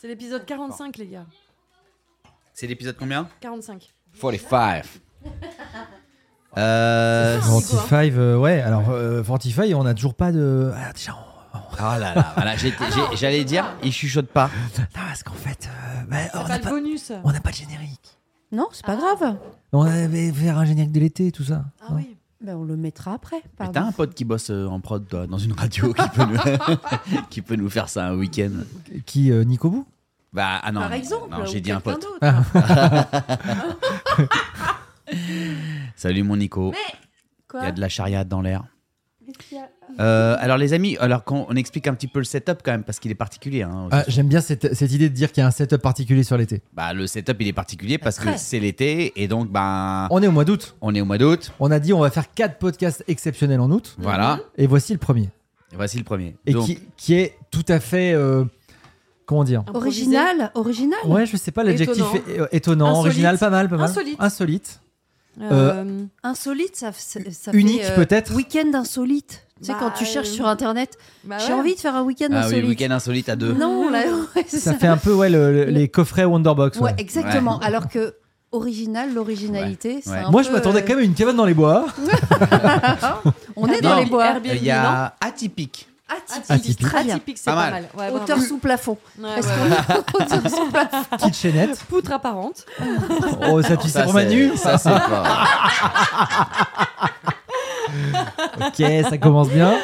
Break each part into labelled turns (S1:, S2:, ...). S1: C'est l'épisode 45, les gars.
S2: C'est l'épisode combien
S1: 45.
S2: 45. Euh...
S1: C'est ça, Nico, hein.
S3: 45, euh, ouais, alors euh, 45, on n'a toujours pas de. Ah, déjà, on- on-
S2: Oh là là, voilà, j'ai- j'ai- j'allais dire, il chuchote pas.
S3: Non, parce qu'en fait, euh, bah, on
S1: Pas
S3: n'a
S1: le
S3: pas,
S1: bonus.
S3: on n'a pas de générique.
S4: Non, c'est pas grave.
S3: On avait fait un générique de l'été et tout ça.
S1: Ah oui.
S4: Ben, on le mettra après.
S2: Mais
S4: pardon.
S2: T'as un pote qui bosse euh, en prod, toi, dans une radio, qui peut nous, qui peut nous faire ça un week-end.
S3: Qui, euh, Nico Bou
S2: Bah, ah non,
S1: Par exemple.
S2: non,
S1: ou
S2: j'ai dit un
S1: quelqu'un
S2: pote.
S1: d'autre.
S2: Salut mon Nico. Il y
S1: Quoi
S2: a de la chariade dans l'air.
S1: Qu'est-ce qu'il y a
S2: Euh, alors les amis, alors qu'on on explique un petit peu le setup quand même parce qu'il est particulier. hein, aussi.
S3: Ah, J'aime bien cette, cette idée de dire qu'il y a un setup particulier sur l'été.
S2: Bah, le setup il est particulier parce que
S4: Très.
S2: c'est l'été et donc bah,
S3: On est au mois d'août.
S2: on est au mois d'août.
S3: On a dit on va faire quatre podcasts exceptionnels en août.
S1: Mhm.
S2: Voilà,
S3: Et voici le premier.
S2: Et voici le premier.
S3: Et
S2: Donc,
S3: qui, qui est tout à fait. euh, comment dire
S1: Improvisé.
S4: Original, original.
S3: Ouais, je sais pas, l'adjectif
S1: Étonnant.
S3: est- euh, étonnant,
S1: Insolite.
S3: original, pas mal, pas mal.
S1: Insolite.
S3: Insolite.
S1: Euh,
S4: Insolite, ça, ça- ça
S3: Unique,
S4: fait, euh,
S3: peut-être
S4: Week-end insolite. Tu sais,
S1: Bah,
S4: quand tu cherches
S1: euh,
S4: sur internet,
S1: bah
S4: j'ai
S1: ouais.
S4: envie de faire un week-end
S2: ah oui,
S4: insolite.
S2: week-end insolite à deux.
S4: Non, là, ouais, c'est
S3: Ça
S4: ça.
S3: fait un peu ouais, le- le- les coffrets Wonderbox. ouais.
S4: Ouais, exactement. Alors que original, l'originalité, c'est
S2: Ouais.
S4: un
S3: Moi,
S4: peu,
S3: je m'attendais
S4: euh,
S3: quand même à une cabane dans les bois.
S4: On est dans
S2: Non.
S4: les bois.
S1: Airbnb,
S2: Il y a atypique.
S4: Atypique,
S3: Atypique.
S4: très bien.
S1: Atypique, c'est
S2: Pas
S1: pas
S2: mal.
S1: mal. Ouais,
S4: Hauteur
S1: bravo.
S4: sous plafond.
S1: Ouais,
S4: Est-ce
S1: ah ouais,
S4: qu'on est hauteur sous plafond
S3: Petite chaînette.
S1: Poutre apparente.
S3: Oh, ça, tu sais
S2: Ça,
S3: pour Ah,
S2: c'est-
S3: Manu
S2: Ça c'est pas.
S3: Ok, ça commence bien.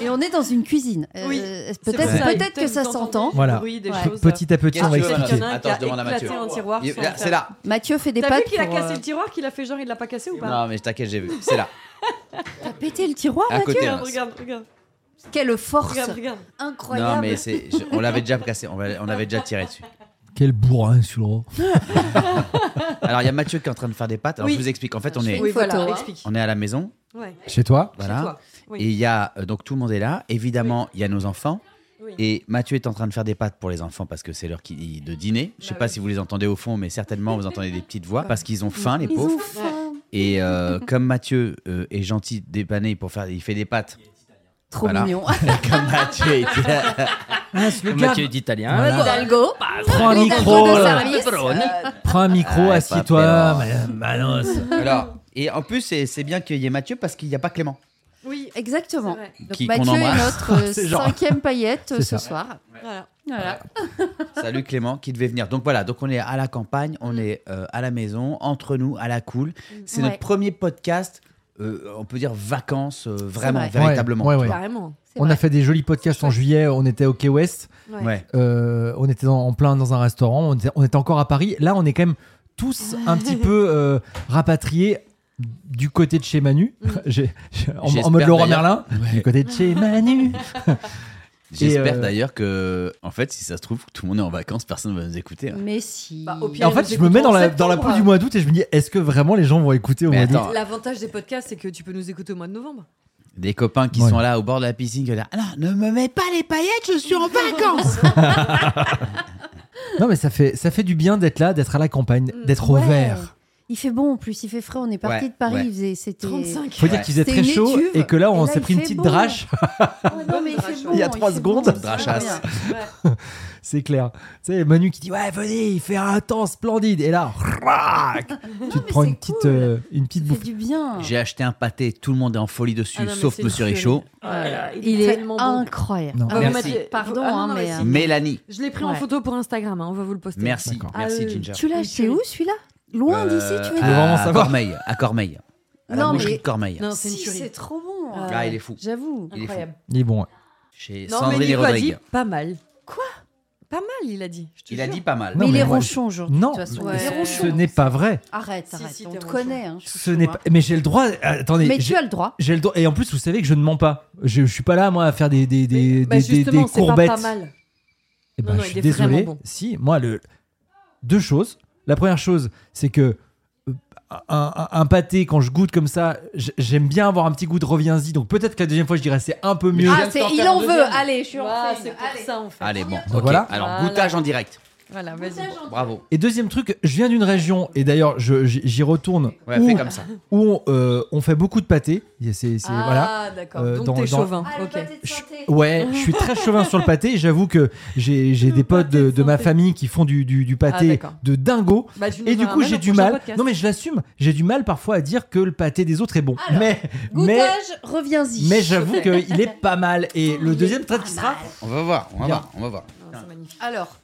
S4: Et on est dans une cuisine. Euh,
S1: Oui.
S4: Peut-être
S3: C'est pour ça,
S4: peut-être que ça s'entend.
S3: Voilà.
S4: Ouais.
S3: Petit à petit,
S2: Qu'est-ce
S3: on va
S2: que tu veux,
S3: expliquer.
S2: là Attends, je demande à Mathieu.
S1: un tiroir
S2: Il-
S1: sans
S2: là,
S1: le
S2: C'est
S1: faire.
S2: là.
S4: Mathieu fait des
S1: T'as vu
S4: pattes
S1: qu'il a
S4: pour,
S1: cassé
S4: euh,
S1: le tiroir, qu'il a fait genre il l'a pas cassé ou pas
S2: Non mais t'inquiète, j'ai vu. C'est là.
S4: T'as pété le tiroir,
S2: À
S4: Mathieu
S2: côté. là.
S1: Regarde, regarde, regarde,
S4: euh, Quelle force
S1: regarde, regarde.
S4: Incroyable.
S2: Non mais c'est, je- on l'avait déjà cassé, on, l'a- on avait déjà tiré dessus.
S3: Quel bourrin, celui-là.
S2: Alors il y a Mathieu qui est en train de faire des pattes. Alors
S1: Oui.
S2: je vous explique. En fait, on
S4: Je
S2: est,
S4: fais
S1: Oui,
S4: Une photo,
S1: voilà,
S4: hein.
S1: explique.
S2: on est à la maison.
S1: Ouais,
S3: Chez toi
S1: c'est
S2: Voilà.
S1: toi. Oui.
S2: Et il y a euh, donc tout le monde est là. Évidemment, il y a nos enfants.
S1: Oui.
S2: Et Mathieu est en train de faire des pâtes pour les enfants parce que c'est l'heure qui- de dîner. Je sais
S1: Bah
S2: pas
S1: oui.
S2: si vous les entendez au fond, mais certainement vous entendez des petites voix parce qu'ils ont faim, les
S4: Ils
S2: pauvres.
S4: ont faim.
S2: Et euh, comme Mathieu euh, est gentil, dépanné pour faire, il fait des pâtes.
S4: Trop
S2: Voilà.
S4: mignon.
S2: comme Mathieu est,
S5: Mathieu est italien.
S4: Ah
S3: Voilà.
S4: Hidalgo.
S3: Prends un
S4: Hidalgo
S3: micro.
S4: de
S3: là.
S4: service.
S3: Prends un micro,
S2: Ah,
S3: assieds-toi.
S2: pas
S3: mais- bah non, c'est-
S2: Alors, et en plus c'est c'est bien qu'il y ait Mathieu parce qu'il n'y a pas Clément.
S1: Oui,
S4: Exactement.
S1: c'est vrai.
S4: Donc
S2: Qui- qu'on
S4: Mathieu est
S2: embrasse.
S4: notre euh,
S3: C'est genre-
S4: cinquième paillette euh,
S3: C'est ça.
S4: ce soir.
S1: Voilà.
S4: Voilà.
S2: Salut Clément qui devait venir. Donc voilà, donc on est à la campagne, on est euh, à la maison, entre nous, à la cool. C'est
S4: Mm. Ouais.
S2: notre premier podcast, euh, on peut dire vacances, euh, vraiment,
S4: vrai.
S2: véritablement.
S3: Ouais, ouais, ouais.
S1: Carrément.
S4: C'est
S3: On a
S4: vrai.
S3: fait des jolis podcasts en juillet. On était au Key West.
S1: Ouais.
S2: Ouais.
S3: Euh, on était dans- en plein dans un restaurant. On était, on était encore à Paris. Là, on est quand même tous un petit peu euh, rapatriés du côté de chez Manu.
S4: Mm.
S3: J'ai- j'ai- en, en
S2: J'espère
S3: mode Laurent Merlin.
S2: d'ailleurs.
S3: Du côté de chez Manu.
S2: J'espère
S3: euh,
S2: d'ailleurs que, en fait, si ça se trouve, tout le monde est en vacances, personne ne va nous écouter. hein.
S4: Mais si.
S1: Bah, au
S3: Et
S1: pire,
S3: en fait, je me mets dans la, dans la peau du mois d'août et je me dis, est-ce que vraiment les gens vont écouter au
S2: Mais
S3: mois d'août
S2: attends,
S1: L'avantage des podcasts, c'est que tu peux nous écouter au mois de novembre.
S2: des copains qui
S3: Ouais.
S2: sont là au bord de la piscine, qui sont là, Ah non, ne me mets pas les paillettes, je suis en vacances.
S3: Non, mais ça fait, ça fait du bien d'être là, d'être à la campagne, d'être au
S4: Mm. Ouais.
S3: vert.
S4: Il fait bon en plus, il fait frais. On est parti
S2: Ouais,
S4: de Paris,
S2: ouais.
S4: il faisait c'était.
S1: 35.
S3: Faut dire
S2: Ouais.
S3: qu'il faisait
S4: C'est
S3: très
S4: une
S3: chaud
S4: étuve.
S3: et que là, on
S4: Et là,
S3: s'est
S4: il
S3: pris une
S4: fait
S3: petite
S4: beau.
S3: drache.
S4: Ouais, non, mais il, fait bon,
S3: Il y a trois
S4: fait
S3: secondes.
S4: bon, c'est
S2: Drachasse.
S4: bien.
S1: Ouais.
S3: C'est clair. Tu sais, Manu qui dit Ouais, venez, il fait un temps splendide. Et là, rac, tu te prends
S4: c'est
S3: une petite,
S4: cool.
S3: euh, une petite
S4: Il
S3: bouffe.
S4: fait du bien.
S2: J'ai acheté un pâté, tout le monde est en folie dessus,
S1: Ah non, mais
S2: sauf
S1: c'est
S2: Monsieur
S1: une
S2: Richaud.
S1: tuerie. Voilà,
S4: Il, est
S1: tellement bon.
S4: incroyable.
S3: Non,
S4: Ah,
S2: merci.
S4: mais- Pardon,
S1: Ah non,
S4: hein,
S1: non, mais
S4: mais.
S1: c'est-
S4: euh,
S2: Mélanie,
S1: Je l'ai pris en
S4: Ouais.
S1: photo pour Instagram, hein, on va vous le poster.
S2: merci,
S3: D'accord.
S1: Ah,
S2: merci
S1: euh,
S2: Ginger.
S4: Tu l'as acheté où celui-là
S2: Euh,
S4: Loin d'ici, tu veux
S2: à
S4: dire
S3: vraiment savoir.
S2: Cormeil, à Cormeil. À la
S4: Non, euh,
S2: boucherie
S4: mais-
S2: de Cormeil.
S1: Non, c'est une
S4: Si, c'est
S1: tuerie.
S4: trop bon.
S1: Ah,
S2: Ah, il est fou.
S4: J'avoue.
S2: Il est fou.
S1: Incroyable.
S3: Il est bon. ouais.
S2: Chez
S1: Non, mais
S2: Sandrine et
S1: Nico a dit
S2: Rodrigue.
S1: pas mal. Pas mal, il a dit. Je te
S2: Il a
S1: jure.
S2: dit pas mal.
S3: Non,
S4: mais il
S3: mais
S4: est
S3: moi,
S4: ronchon aujourd'hui.
S3: Non,
S4: de toute façon.
S1: Ouais.
S4: C'est-
S1: Il est
S3: ce
S1: ronchon.
S3: n'est pas vrai.
S4: Arrête,
S1: Si,
S4: arrête,
S1: si,
S4: on
S1: t'es
S4: te
S1: ronchon.
S4: connaît. hein, chouchou,
S3: Ce n'est
S4: hein.
S3: pas. Mais j'ai le droit. euh, Attendez.
S4: Mais
S3: j'ai-
S4: tu as le droit.
S3: J'ai le droit. Et en plus, vous savez que je ne mens pas. Je, je suis pas là, moi, à faire des, des, des,
S1: Mais- bah,
S3: des- des-
S1: justement,
S3: des
S1: c'est pas,
S3: courbettes.
S1: pas mal.
S3: Eh ben,
S1: Non, non,
S3: je
S1: il
S3: suis
S1: est
S3: désolé.
S1: vraiment bon.
S3: Si, moi, le... deux choses. La première chose, c'est que euh, un, un- un pâté, quand je goûte comme ça, j- j'aime bien avoir un petit goût de reviens-y. Donc peut-être que la deuxième fois, je dirais c'est un peu mieux.
S4: Ah,
S2: viens de
S4: c'est-
S2: t'en
S4: il
S2: faire
S4: en
S2: un
S4: veut.
S2: deuxième.
S4: Allez, je suis
S1: Ouah, Bah,
S4: renseigne.
S1: c'est pour
S4: Allez.
S1: ça, en fait.
S2: Allez, bon.
S3: Donc
S2: ok.
S3: voilà.
S2: Alors,
S1: Voilà.
S2: goûtage en direct.
S1: Voilà, vas-y.
S2: Bravo.
S3: Et deuxième truc, je viens d'une région, et d'ailleurs, je- j'y j'y retourne,
S2: Ouais,
S3: où,
S2: fais comme ça.
S3: où on, euh, on fait beaucoup de pâté. Et c'est- c'est-
S1: Ah,
S3: voilà.
S1: d'accord.
S3: Euh,
S1: Donc
S3: dans-
S1: t'es
S3: dans-
S1: chauvin.
S4: Ah, le
S1: ok.
S4: pâté de
S3: Je-
S4: santé.
S3: Ouais, je suis très chauvin sur le pâté. J'avoue que j'ai j'ai des potes de, de ma famille qui font du, du, du
S1: Ah,
S3: pâté
S1: d'accord.
S3: de dingo.
S1: Bah, tu nous
S3: Et du
S1: ramènes
S3: coup,
S1: au
S3: j'ai du
S1: prochain
S3: mal.
S1: podcast.
S3: Non, mais je l'assume. J'ai du mal parfois à dire que le pâté des autres est bon.
S4: Alors,
S3: mais mais,
S4: Goûtage, reviens-y.
S3: mais j'avoue qu'il est pas mal. Et le deuxième trait qui
S4: pas
S3: sera.
S4: mal.
S2: On va voir, on va
S3: Bien.
S2: voir, on va voir.
S1: Non, c'est magnifique.
S4: Alors.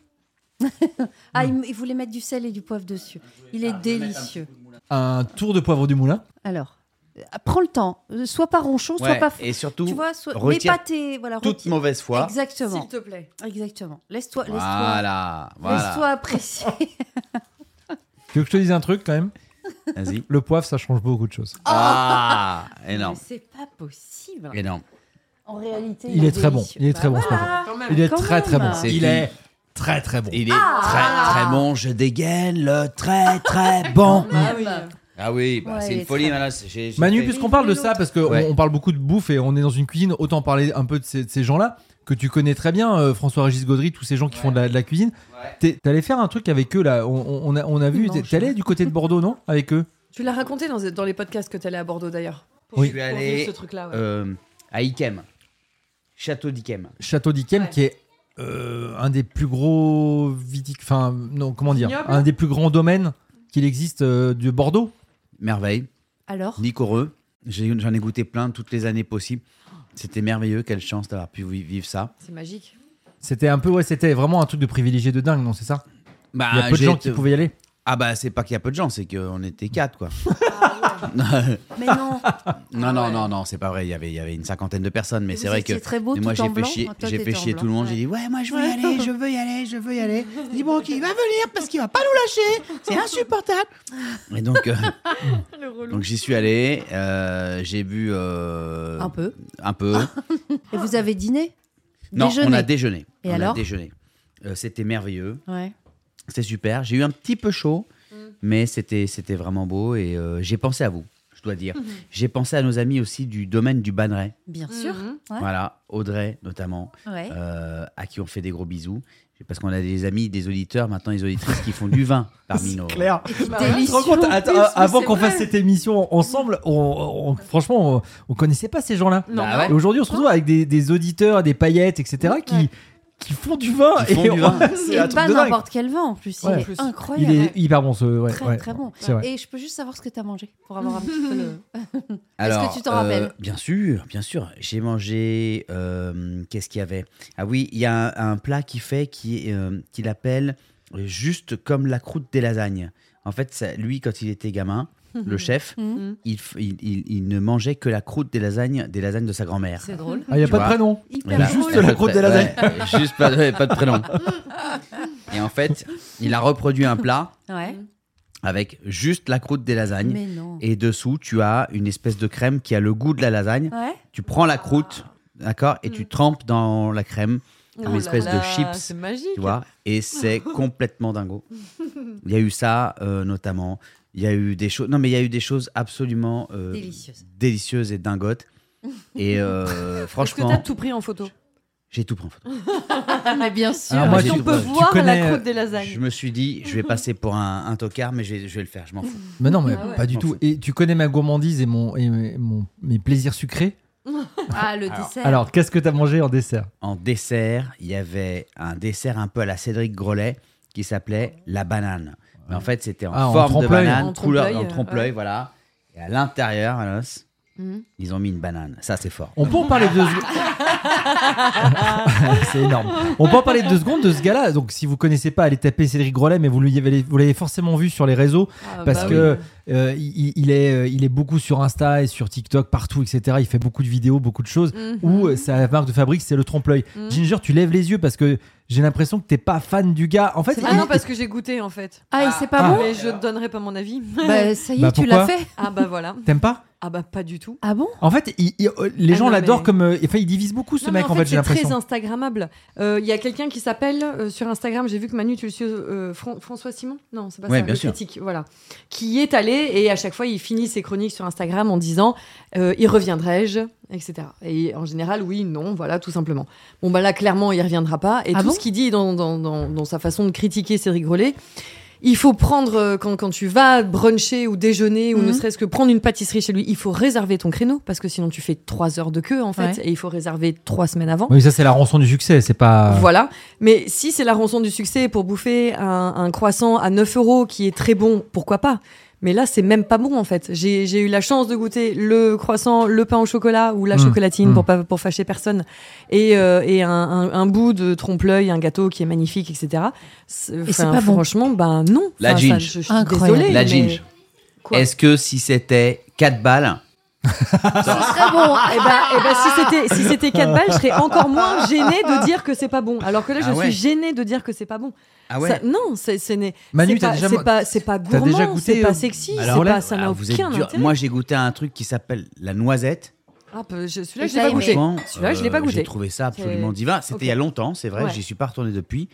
S4: ah, il, il voulait mettre du sel et du poivre dessus. Il est délicieux.
S3: Un tour de poivre du moulin.
S4: Alors, euh, prends le temps. Euh, Sois pas ronchon, sois
S2: Ouais,
S4: pas fou.
S2: et surtout,
S4: Tu vois, sois, mais
S2: retire
S4: pas tes. Voilà,
S2: toute
S4: retire.
S2: mauvaise foi.
S4: Exactement.
S1: S'il te plaît.
S4: Exactement. Laisse-toi. Laisse-toi.
S2: Voilà,
S4: Laisse-toi
S2: voilà.
S4: apprécier.
S3: Tu veux que je te dise un truc quand même
S2: Vas-y.
S3: Le poivre, ça change beaucoup de choses.
S2: Ah,
S4: Mais
S2: énorme,
S4: C'est pas possible.
S2: énorme.
S4: En réalité,
S3: Il est très bon.
S4: délicieux.
S3: Il est très
S4: Bah
S3: bon, ce
S4: voilà.
S3: poivre.
S1: Quand même.
S3: Il est
S4: Quand
S3: très très
S4: même.
S3: bon.
S4: C'est
S3: Il
S2: qui
S3: est très très bon.
S2: Il est
S4: Ah.
S2: très très bon, je dégaine le très très bon.
S1: Ah oui.
S2: Ah oui, bah,
S4: Ouais,
S2: c'est
S4: il
S2: une
S4: est
S2: folie,
S4: très-
S2: Manos. J'ai- j'ai
S3: Manu,
S2: fait-
S3: puisqu'on parle de ça, parce qu'on
S2: Ouais.
S3: on parle beaucoup de bouffe et on est dans une cuisine, autant parler un peu de ces, de ces gens-là que tu connais très bien, euh, François-Régis Gaudry, tous ces gens qui font de la, de la cuisine.
S2: Ouais.
S3: T'es- T'allais faire un truc avec eux là, on, on- on a, on a vu, t'es-
S4: mangent.
S3: t'es allé du côté de Bordeaux, non Avec eux
S1: Tu l'as raconté dans, dans les podcasts que t'allais à Bordeaux d'ailleurs. Pour-
S2: Oui. Je suis
S1: pour
S2: allé,
S1: vivre ce truc-là. ouais.
S2: Euh, à Ikem, château d'Ikem.
S3: Château d'Yquem,
S1: Ouais.
S3: qui est euh, un des plus gros vitiques, enfin, non, comment dire
S1: Vignoble
S3: Un des plus grands domaines qu'il existe euh, de Bordeaux.
S2: Merveille,
S4: Alors,
S2: Nicoreux. J'ai- J'en ai goûté plein toutes les années possibles. C'était merveilleux, quelle chance d'avoir pu vi- vivre ça.
S1: C'est magique.
S3: C'était un peu, ouais, c'était vraiment un truc de privilégié de dingue, non, c'est ça
S2: Bah,
S3: Il y a peu de
S2: j'ai
S3: gens
S2: été-
S3: qui pouvaient y aller.
S2: Ah bah c'est pas qu'il y a peu de gens, c'est qu'on était quatre quoi.
S4: mais non.
S2: Non, non, non, non, c'est pas vrai. Il y avait, il y avait une cinquantaine de personnes, mais
S4: Et
S2: c'est
S4: Ah vous
S2: vrai que.
S4: étiez très beau
S2: mais moi,
S4: tout
S2: j'ai
S4: en
S2: fait
S4: blanc.
S2: chier,
S4: Ah, toi,
S2: j'ai fait
S4: t'étais en
S2: chier tout le
S4: blanc,
S2: monde. J'ai dit, ouais, moi, je veux y aller, je veux y aller, je veux y aller. J'ai dit, bon, ok, il va venir parce qu'il va pas nous lâcher. C'est insupportable. Et donc, euh, donc j'y suis allé. euh, j'ai bu. euh,
S4: Un peu. Ah,
S2: Un peu.
S4: Et vous avez dîné
S2: non,
S4: Déjeuné.
S2: on a déjeuné.
S4: Et
S2: on a
S4: alors
S2: déjeuné. Euh, c'était merveilleux.
S4: Ouais.
S2: C'était super. J'ai eu un petit peu chaud,
S4: Mm.
S2: mais c'était c'était vraiment beau. Et euh, j'ai pensé à vous, je dois dire.
S4: Mm-hmm.
S2: J'ai pensé à nos amis aussi du domaine du Banneret.
S4: Bien sûr.
S1: Mhm.
S4: Ouais.
S2: Voilà, Audrey notamment,
S4: Ouais.
S2: euh, à qui on fait des gros bisous. Parce qu'on a des amis, des auditeurs, maintenant des auditrices qui font du vin parmi nos.
S3: Hein, Tu te rends compte, attends,
S1: mais
S3: avant
S1: c'est
S3: qu'on
S1: vrai.
S3: fasse cette émission ensemble, on, on- franchement, on, on connaissait pas ces gens-là.
S1: Non,
S2: Bah
S1: mais
S2: ouais.
S3: Et aujourd'hui, on se retrouve avec des, des auditeurs, des paillettes, etc., qui, qui font du vin.
S2: Qui font
S3: et
S2: du
S3: on-
S2: vin.
S3: c'est
S4: Et
S3: un truc
S4: pas
S3: de dingue.
S4: n'importe quel vin en plus. Il
S3: Ouais.
S4: est incroyable.
S3: Il est hyper bon ce. Ouais,
S4: Très
S3: ouais.
S4: très bon.
S3: C'est vrai.
S4: Et je peux juste savoir ce que tu as mangé pour avoir un petit peu le.
S2: Alors, euh,
S4: tu t'en rappelles
S2: Bien sûr, bien sûr. J'ai mangé. euh, Qu'est-ce qu'il y avait Ah oui, il y a un, un plat qu'il fait qui est, euh, qu'il appelle euh, juste comme la croûte des lasagnes. En fait, ça- lui, quand il était gamin, le chef,
S4: Mhm.
S2: il, f- il- il- il ne mangeait que la croûte des lasagnes, des lasagnes de sa grand-mère.
S4: C'est drôle.
S3: Ah, il n'y a
S2: Tu
S3: pas
S2: vois.
S3: de prénom.
S4: Hyper
S2: Voilà.
S3: Juste
S4: drôle.
S3: la croûte des lasagnes.
S2: Ouais, juste pas, ouais, pas de prénom. Et en fait, il a reproduit un plat
S4: Ouais.
S3: Mm.
S2: avec juste la croûte des lasagnes.
S4: Mais non.
S2: Et dessous, tu as une espèce de crème qui a le goût de la lasagne.
S4: Ouais.
S2: Tu prends la croûte, d'accord, et tu trempes dans la crème,
S1: Oh
S2: une
S1: là
S2: espèce
S1: là,
S2: de
S1: C'est
S2: chips,
S1: magique.
S2: tu vois, et c'est complètement dingo. Il y a eu ça, euh, notamment. Il y a eu des choses. Non, mais il y a eu des choses absolument euh,
S4: Délicieuses.
S2: délicieuses et dingotes. Et euh,
S1: Est-ce que t'as
S2: franchement,
S1: tout pris en photo
S2: j'ai tout pris en photo.
S4: Mais Ah, bien sûr.
S3: Alors, Ah, moi,
S2: j'ai-
S3: tu-
S1: On peut
S2: ouais.
S3: tu
S1: voir
S3: connais- euh,
S1: la croûte des lasagnes.
S2: Je me suis dit, je vais passer pour un, un tocard, mais je vais, je vais le faire, je m'en fous.
S3: Mais non, mais
S1: Ah ouais.
S3: pas du
S2: M'en
S3: tout.
S2: fous.
S3: Et tu connais ma gourmandise et, mon, et mes- mon- mes plaisirs sucrés.
S4: Ah, le dessert.
S3: Alors, qu'est-ce que tu as mangé en dessert
S2: En dessert, il y avait un dessert un peu à la Cédric Grolet qui s'appelait la banane. Mais en fait, c'était en
S3: Ah, en
S2: forme de
S3: trompe-l'œil.
S2: banane,
S1: En
S2: couleur,
S1: trompe-l'œil,
S2: en
S1: euh,
S2: trompe-l'œil, voilà. Et à l'intérieur, Anos,
S1: Mhm.
S2: ils ont mis une banane. Ça, c'est fort.
S3: On peut en parler deux secondes. c'est énorme. On peut en parler deux secondes de ce gars-là. Donc, si vous connaissez pas, allez taper Cédric Grolet, mais vous lui avez- vous l'avez forcément vu sur les réseaux
S1: Ah,
S3: parce
S1: bah
S3: que
S1: oui.
S3: euh, il, il est, euh, il est beaucoup sur Insta et sur TikTok, partout, etc. Il fait beaucoup de vidéos, beaucoup de choses.
S1: Mhm.
S3: Où euh, sa marque de fabrique, c'est le trompe-l'œil.
S1: Mhm.
S3: Ginger, tu lèves les yeux parce que j'ai l'impression que t'es pas fan du gars. En fait,
S1: Ah
S3: il-
S1: non, parce que j'ai goûté en fait.
S4: Ah, et c'est pas bon
S1: Mais je ne donnerai pas mon avis.
S4: Bah, ça y est,
S3: Bah,
S4: tu l'as
S3: pourquoi
S4: fait.
S1: Ah bah voilà.
S3: t'aimes pas
S1: Ah bah pas du tout.
S4: Ah bon
S3: En fait, il- il- euh, les
S1: Ah
S3: gens
S1: non,
S3: l'adorent
S1: mais-
S3: comme. euh, Enfin, il divise beaucoup ce
S1: Non, mais
S3: mec. En fait, j'ai
S1: c'est
S3: l'impression.
S1: très Instagrammable. Euh, Il y a quelqu'un qui s'appelle euh, sur Instagram. J'ai vu que Manu, tu le suis, euh, Fran- François Simon. Non, c'est pas
S2: Ouais,
S1: ça.
S2: bien
S1: le
S2: sûr.
S1: critique, voilà. Qui est allé et à chaque fois il finit ses chroniques sur Instagram en disant euh, y reviendrai-je, etc. Et en général, oui, non, voilà, tout simplement. Bon bah là, clairement, il reviendra pas. Et
S4: Ah
S1: tout
S4: bon
S1: ce qu'il dit dans, dans- dans- dans sa façon de critiquer Cédric Grolet. Il faut prendre, euh, quand, quand tu vas bruncher ou déjeuner ou ne
S4: Mhm.
S1: serait-ce que prendre une pâtisserie chez lui, il faut réserver ton créneau parce que sinon tu fais trois heures de queue en fait
S4: Ouais.
S1: et il faut réserver trois semaines avant.
S3: Oui, ça, c'est la rançon du succès. C'est pas.
S1: Voilà. Mais si c'est la rançon du succès pour bouffer un, un croissant à 9 euros qui est très bon, pourquoi pas Mais là, c'est même pas bon en fait. J'ai j'ai eu la chance de goûter le croissant, le pain au chocolat ou la
S2: Mm.
S3: Mmh,
S1: chocolatine
S3: mmh.
S1: pour, pas, pour fâcher personne et, euh, et un, un- un bout de trompe-l'œil, un gâteau qui est magnifique, etc. C'est-
S4: Et c'est
S1: enfin,
S4: pas bon.
S1: Franchement, ben non.
S2: La
S1: Enfin,
S2: ginge.
S1: je- je suis
S4: Incroyable.
S1: désolée,
S2: La
S1: mais-
S2: ginge.
S1: Quoi
S2: Est-ce que si c'était 4 balles,
S1: Très bon. Et ben, eh ben, si c'était si c'était 4 balles, je serais encore moins gênée de dire que c'est pas bon. Alors que là, je
S2: Ah ouais.
S1: suis gênée de dire que c'est pas bon.
S2: ah
S1: Ça- non, c'est ce n'est.
S3: Manu,
S1: c'est
S3: t'as
S1: pas-
S3: déjà-
S1: C'est pas, c'est pas
S3: t'as
S1: gourmand.
S3: déjà goûté,
S1: C'est
S3: euh,
S1: pas sexy.
S3: alors
S1: c'est
S3: là,
S1: pas, ça n'a
S2: Ah, vous êtes
S1: aucun
S2: dur.
S1: intérêt.
S2: Moi, j'ai goûté un truc qui s'appelle la noisette.
S1: Ah, peu- je- celui-là,
S4: Et
S1: je l'ai
S4: t'as
S1: pas goûté.
S2: Franchement,
S1: Celui-là, je l'ai pas
S2: euh, J'ai
S1: goûté.
S2: trouvé ça
S1: C'est-
S2: absolument divin. C'était
S1: Ok.
S2: il y a longtemps, c'est vrai.
S1: Ouais.
S2: J'y suis pas retourné depuis.